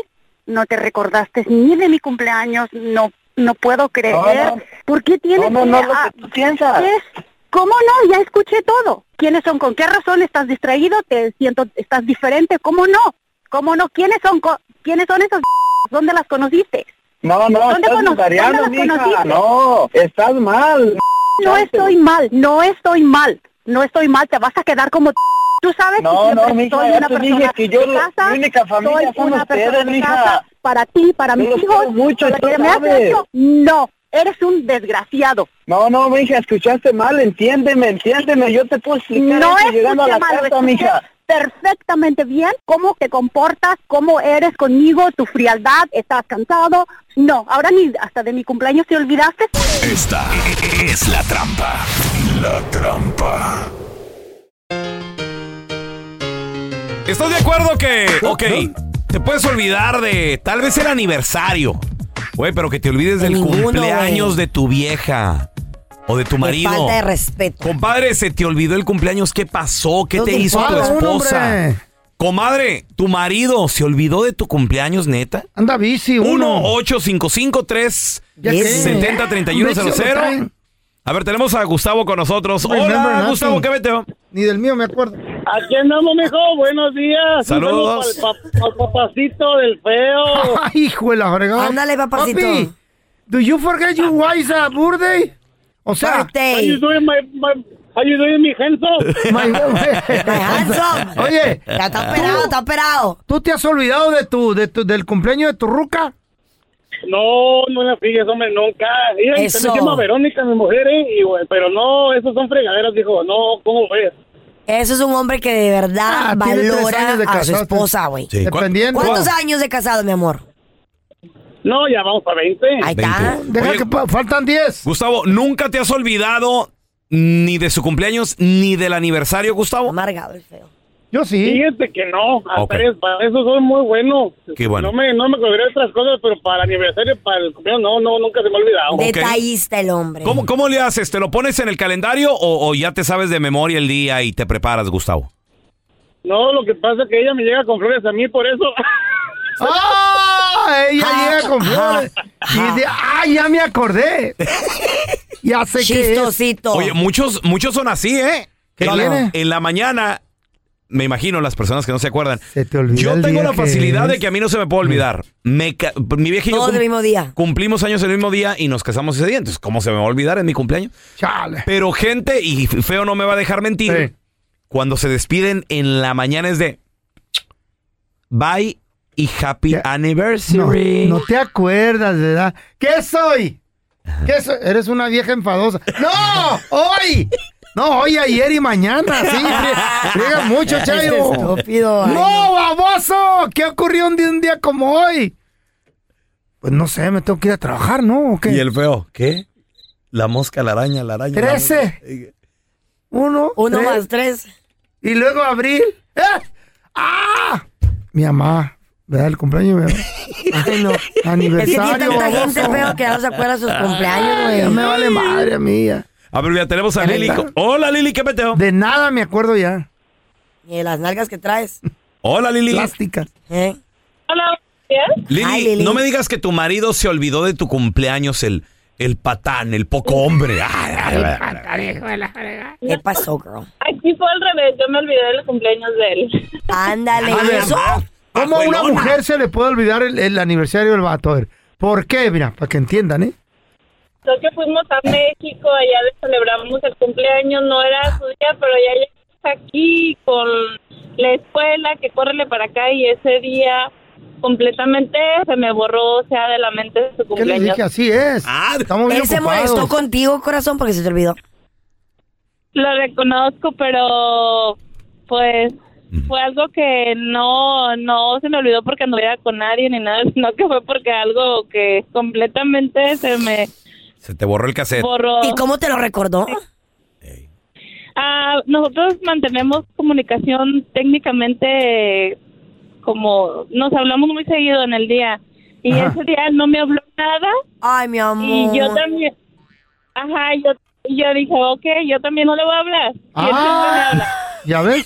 Speaker 18: no te recordaste ni de mi cumpleaños, no no puedo creer.
Speaker 13: No, no.
Speaker 18: ¿Por qué tienes
Speaker 13: No, no, no, lo
Speaker 18: ah,
Speaker 13: que tú piensas.
Speaker 18: ¿qué? ¿Cómo no? Ya escuché todo. ¿Quiénes son? ¿Con qué razón estás distraído? ¿Te siento estás diferente? ¿Cómo no? ¿Cómo no? ¿Quiénes son? co- ¿Quiénes son esas? ¿Dónde las conociste?
Speaker 13: No, no,
Speaker 18: ¿Dónde
Speaker 13: estás
Speaker 18: cono-
Speaker 13: notariando,
Speaker 18: dónde las
Speaker 13: mija.
Speaker 18: conociste?
Speaker 13: No, estás mal.
Speaker 18: No estoy mal, no estoy mal, no estoy mal, te vas a quedar como Tú sabes
Speaker 10: No,
Speaker 18: que siempre
Speaker 10: no, mija,
Speaker 18: soy
Speaker 10: ya
Speaker 18: una
Speaker 10: te
Speaker 18: persona
Speaker 10: dije que yo
Speaker 18: de
Speaker 10: lo- la
Speaker 18: casa,
Speaker 10: única familia
Speaker 18: soy
Speaker 10: son
Speaker 18: una
Speaker 10: ustedes,
Speaker 18: persona de
Speaker 10: mija.
Speaker 18: casa, Para ti, para
Speaker 10: Yo
Speaker 18: mis
Speaker 10: los
Speaker 18: hijos,
Speaker 10: quiero mucho,
Speaker 18: para
Speaker 10: tú
Speaker 18: lo que me has
Speaker 10: sabes.
Speaker 18: hecho, no, eres un desgraciado.
Speaker 10: No, no, mija, escuchaste mal, entiéndeme, entiéndeme, yo te puedo explicar
Speaker 18: No
Speaker 10: eso
Speaker 18: es
Speaker 10: llegando a la
Speaker 18: mal,
Speaker 10: casa,
Speaker 18: escuché
Speaker 10: mija.
Speaker 18: perfectamente bien cómo te comportas, cómo eres conmigo, tu frialdad, estás cansado. No, ahora ni hasta de mi cumpleaños te olvidaste.
Speaker 20: Esta es la trampa. La trampa.
Speaker 1: ¿Estás de acuerdo que, ok, te puedes olvidar de tal vez el aniversario? Güey, pero que te olvides del
Speaker 3: ninguno,
Speaker 1: cumpleaños
Speaker 3: güey.
Speaker 1: de tu vieja o de tu marido.
Speaker 3: Falta de respeto.
Speaker 1: Compadre, se te olvidó el cumpleaños. ¿Qué pasó? ¿Qué
Speaker 3: Los
Speaker 1: te hizo tu
Speaker 3: disparos,
Speaker 1: esposa?
Speaker 3: hombre.
Speaker 1: Comadre, ¿tu marido se olvidó de tu cumpleaños, neta?
Speaker 2: Anda bici, uno.
Speaker 1: 1-855-370-3100. A ver, tenemos a Gustavo con nosotros.
Speaker 2: Remember
Speaker 1: Hola,
Speaker 2: nothing.
Speaker 1: Gustavo, ¿qué vete?
Speaker 2: Ni del mío me acuerdo.
Speaker 13: Aquí andamos, mijo. Buenos días.
Speaker 1: Saludos.
Speaker 13: Un saludo pa'l pap- pa'l papacito del feo.
Speaker 2: Ay, hijo de la fregada.
Speaker 13: Ándale, papacito.
Speaker 2: Papi, do you forget your wife's uh, birthday? O sea,
Speaker 13: How you doing, my, my, how you doing, mi Henson?
Speaker 2: My- Oye,
Speaker 3: Ya está operado, está operado.
Speaker 2: ¿tú te has olvidado de tu, de tu, del cumpleaños de tu ruca?
Speaker 13: No, no la figues, hombre, nunca. Mira, Se
Speaker 2: Eso.
Speaker 13: me llama Verónica, mi mujer, ¿eh? Y, güey, pero no, esos son fregaderas, dijo. No, ¿cómo ves?
Speaker 3: Eso es un hombre que de verdad
Speaker 13: Ah, tiene tres
Speaker 3: valora
Speaker 13: años de
Speaker 3: a su
Speaker 13: casados.
Speaker 3: esposa, güey.
Speaker 13: Sí. Dependiendo.
Speaker 3: ¿Cuántos
Speaker 13: Wow.
Speaker 3: años de casado, mi amor?
Speaker 13: No, ya vamos para 20.
Speaker 3: Ahí
Speaker 1: está.
Speaker 2: Deja que pa- faltan 10.
Speaker 1: Gustavo, ¿nunca te has olvidado ni de su cumpleaños ni del aniversario, Gustavo?
Speaker 3: Amargado el feo.
Speaker 2: Yo sí.
Speaker 13: Fíjate que no. hasta
Speaker 1: Ok.
Speaker 13: eres- para eso soy muy bueno.
Speaker 1: Qué bueno.
Speaker 13: No me, no me colgaré otras cosas, pero para el aniversario, para el cumpleaños, no, no, nunca se me ha olvidado.
Speaker 3: Detallista el hombre.
Speaker 1: ¿Cómo, cómo le haces? ¿Te lo pones en el calendario o, o ya te sabes de memoria el día y te preparas, Gustavo?
Speaker 13: No, lo que pasa es que ella me llega con flores a mí, por eso.
Speaker 2: ¡Ah! Ella llega con flores. Y dice, ¡ah, ya me acordé! ya sé que
Speaker 3: Chistosito.
Speaker 1: Oye, muchos, muchos son así, ¿eh?
Speaker 2: ¿Qué
Speaker 1: en,
Speaker 2: tiene?
Speaker 1: la, en la mañana, me imagino las personas que no se acuerdan. Yo
Speaker 2: el
Speaker 1: tengo
Speaker 2: día
Speaker 1: la
Speaker 2: que
Speaker 1: facilidad de
Speaker 2: es. Mm.
Speaker 1: que a mí no se me puede olvididar. Me ca- mi vieja y yo
Speaker 3: Todos
Speaker 1: cum-
Speaker 3: el mismo día.
Speaker 1: cumplimos años el mismo día y nos casamos ese día. Entonces, ¿cómo se me va a olvidar en mi cumpleaños?
Speaker 2: Chale.
Speaker 1: Pero gente, y feo no me va a dejar mentir, cuando se despiden en la mañana es de bye y happy
Speaker 2: No,
Speaker 1: anniversary.
Speaker 2: no te acuerdas, ¿verdad? ¿Qué soy? ¿Qué soy? Eres una vieja enfadosa. ¡No! ¡Hoy! No, hoy, ayer y mañana, sí. frie- Friega mucho,
Speaker 1: Este
Speaker 2: Chayo.
Speaker 3: Es estúpido, ay,
Speaker 2: ¡No, baboso! ¿Qué ocurrió un día, un día como hoy? Pues no sé, me tengo que ir a trabajar, ¿no? ¿O qué?
Speaker 1: Y el feo, ¿qué? La mosca, la araña, la araña. la mosca.
Speaker 2: Trece. Uno.
Speaker 3: Uno
Speaker 1: ¿Eh?
Speaker 3: más tres.
Speaker 2: Y luego abril. ¡Eh!
Speaker 3: ¡Ah!
Speaker 2: Mi mamá, ¿verdad? El cumpleaños de mi mamá.
Speaker 3: Ay, no. Es que
Speaker 2: Aniversario.
Speaker 3: tiene tanta
Speaker 2: baboso.
Speaker 3: gente feo que ya no se acuerda de sus cumpleaños, güey.
Speaker 2: Ya me vale madre mía.
Speaker 1: A ver, ya tenemos a
Speaker 2: Ya
Speaker 1: Lili.
Speaker 2: está.
Speaker 1: Hola, Lili, ¿qué peteo?
Speaker 2: De nada me acuerdo ya.
Speaker 3: Ni de las nalgas que traes.
Speaker 1: Hola, Lili.
Speaker 2: Plástica.
Speaker 3: ¿eh?
Speaker 7: Hola,
Speaker 1: Lili, no me digas que tu marido se olvidó de tu cumpleaños, el, el patán, el poco hombre. Ay, ay, ay.
Speaker 3: ¿Qué pasó, girl?
Speaker 7: Aquí fue al revés, yo me olvidé del cumpleaños de él.
Speaker 3: Ándale,
Speaker 2: A ver,
Speaker 3: eso.
Speaker 2: ¿Cómo a una mujer se le puede olvidar el, el aniversario del vato? A ver, ¿por qué? Mira, para que entiendan, ¿eh?
Speaker 7: Creo que fuimos a México, allá le celebramos el cumpleaños, no era su día, pero ya llegamos aquí con la escuela que córrele para acá y ese día completamente se me borró, o sea, de la mente su
Speaker 2: ¿Qué les
Speaker 7: cumpleaños.
Speaker 2: dije? Así es.
Speaker 1: Ah,
Speaker 2: Estamos bien
Speaker 3: Él se
Speaker 2: ocupados.
Speaker 3: molestó contigo, corazón, porque se te olvidó.
Speaker 7: Lo reconozco, pero pues fue algo que no no se me olvidó porque anduviera con nadie ni nada, sino que fue porque algo que completamente se me
Speaker 1: Se te borró el cassette.
Speaker 7: borró.
Speaker 3: ¿Y cómo te lo recordó?
Speaker 7: Ah, nosotros mantenemos comunicación técnicamente eh, como nos hablamos muy seguido en el día y
Speaker 3: Ajá.
Speaker 7: ese día él no me habló nada
Speaker 3: Ay, mi amor.
Speaker 7: y yo también ajá yo yo dije ok yo también no le voy a hablar y él siempre me
Speaker 2: Ah,
Speaker 7: habla.
Speaker 2: ¿Ya ves?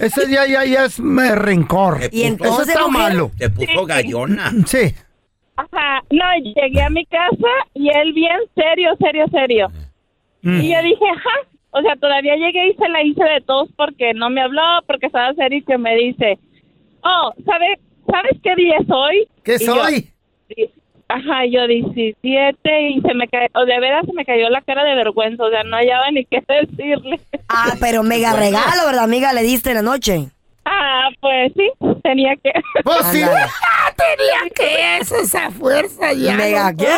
Speaker 2: Ese día ya, ya es me rencor.
Speaker 7: Y entonces,
Speaker 2: Eso está
Speaker 7: mujer-
Speaker 2: malo. Mm,
Speaker 21: Te puso gallona.
Speaker 2: Sí.
Speaker 7: Ajá, no, llegué a mi casa y él bien serio, serio, serio. Y yo dije, ajá, o sea, todavía llegué y se la hice de todos porque no me habló, porque estaba serio y que me dice, oh, ¿sabe, ¿sabes qué día es hoy?
Speaker 2: ¿Qué
Speaker 7: Y yo,
Speaker 2: soy?
Speaker 7: "Sí". Ajá, yo 17 y se me cayó, o de veras se me cayó la cara de vergüenza, o sea, no hallaba ni qué decirle.
Speaker 3: Ah, pero mega regalo, ¿verdad, amiga? Le diste en la noche.
Speaker 7: Ah, pues sí, tenía que.
Speaker 3: Pues sí. Ándale.
Speaker 7: tenía que eso, esa fuerza
Speaker 3: ya. Mega gift.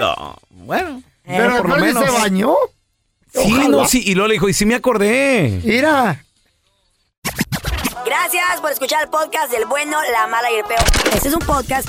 Speaker 22: No, bueno.
Speaker 3: Eh,
Speaker 2: Pero
Speaker 22: por lo
Speaker 2: después
Speaker 22: menos.
Speaker 2: se bañó.
Speaker 22: Sí, no, sí. Y luego le dijo, y sí me acordé.
Speaker 2: Mira.
Speaker 3: Gracias por escuchar el podcast del bueno, la mala y el peor. Este es un podcast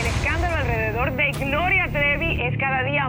Speaker 23: El escándalo alrededor de Gloria Trevi es cada día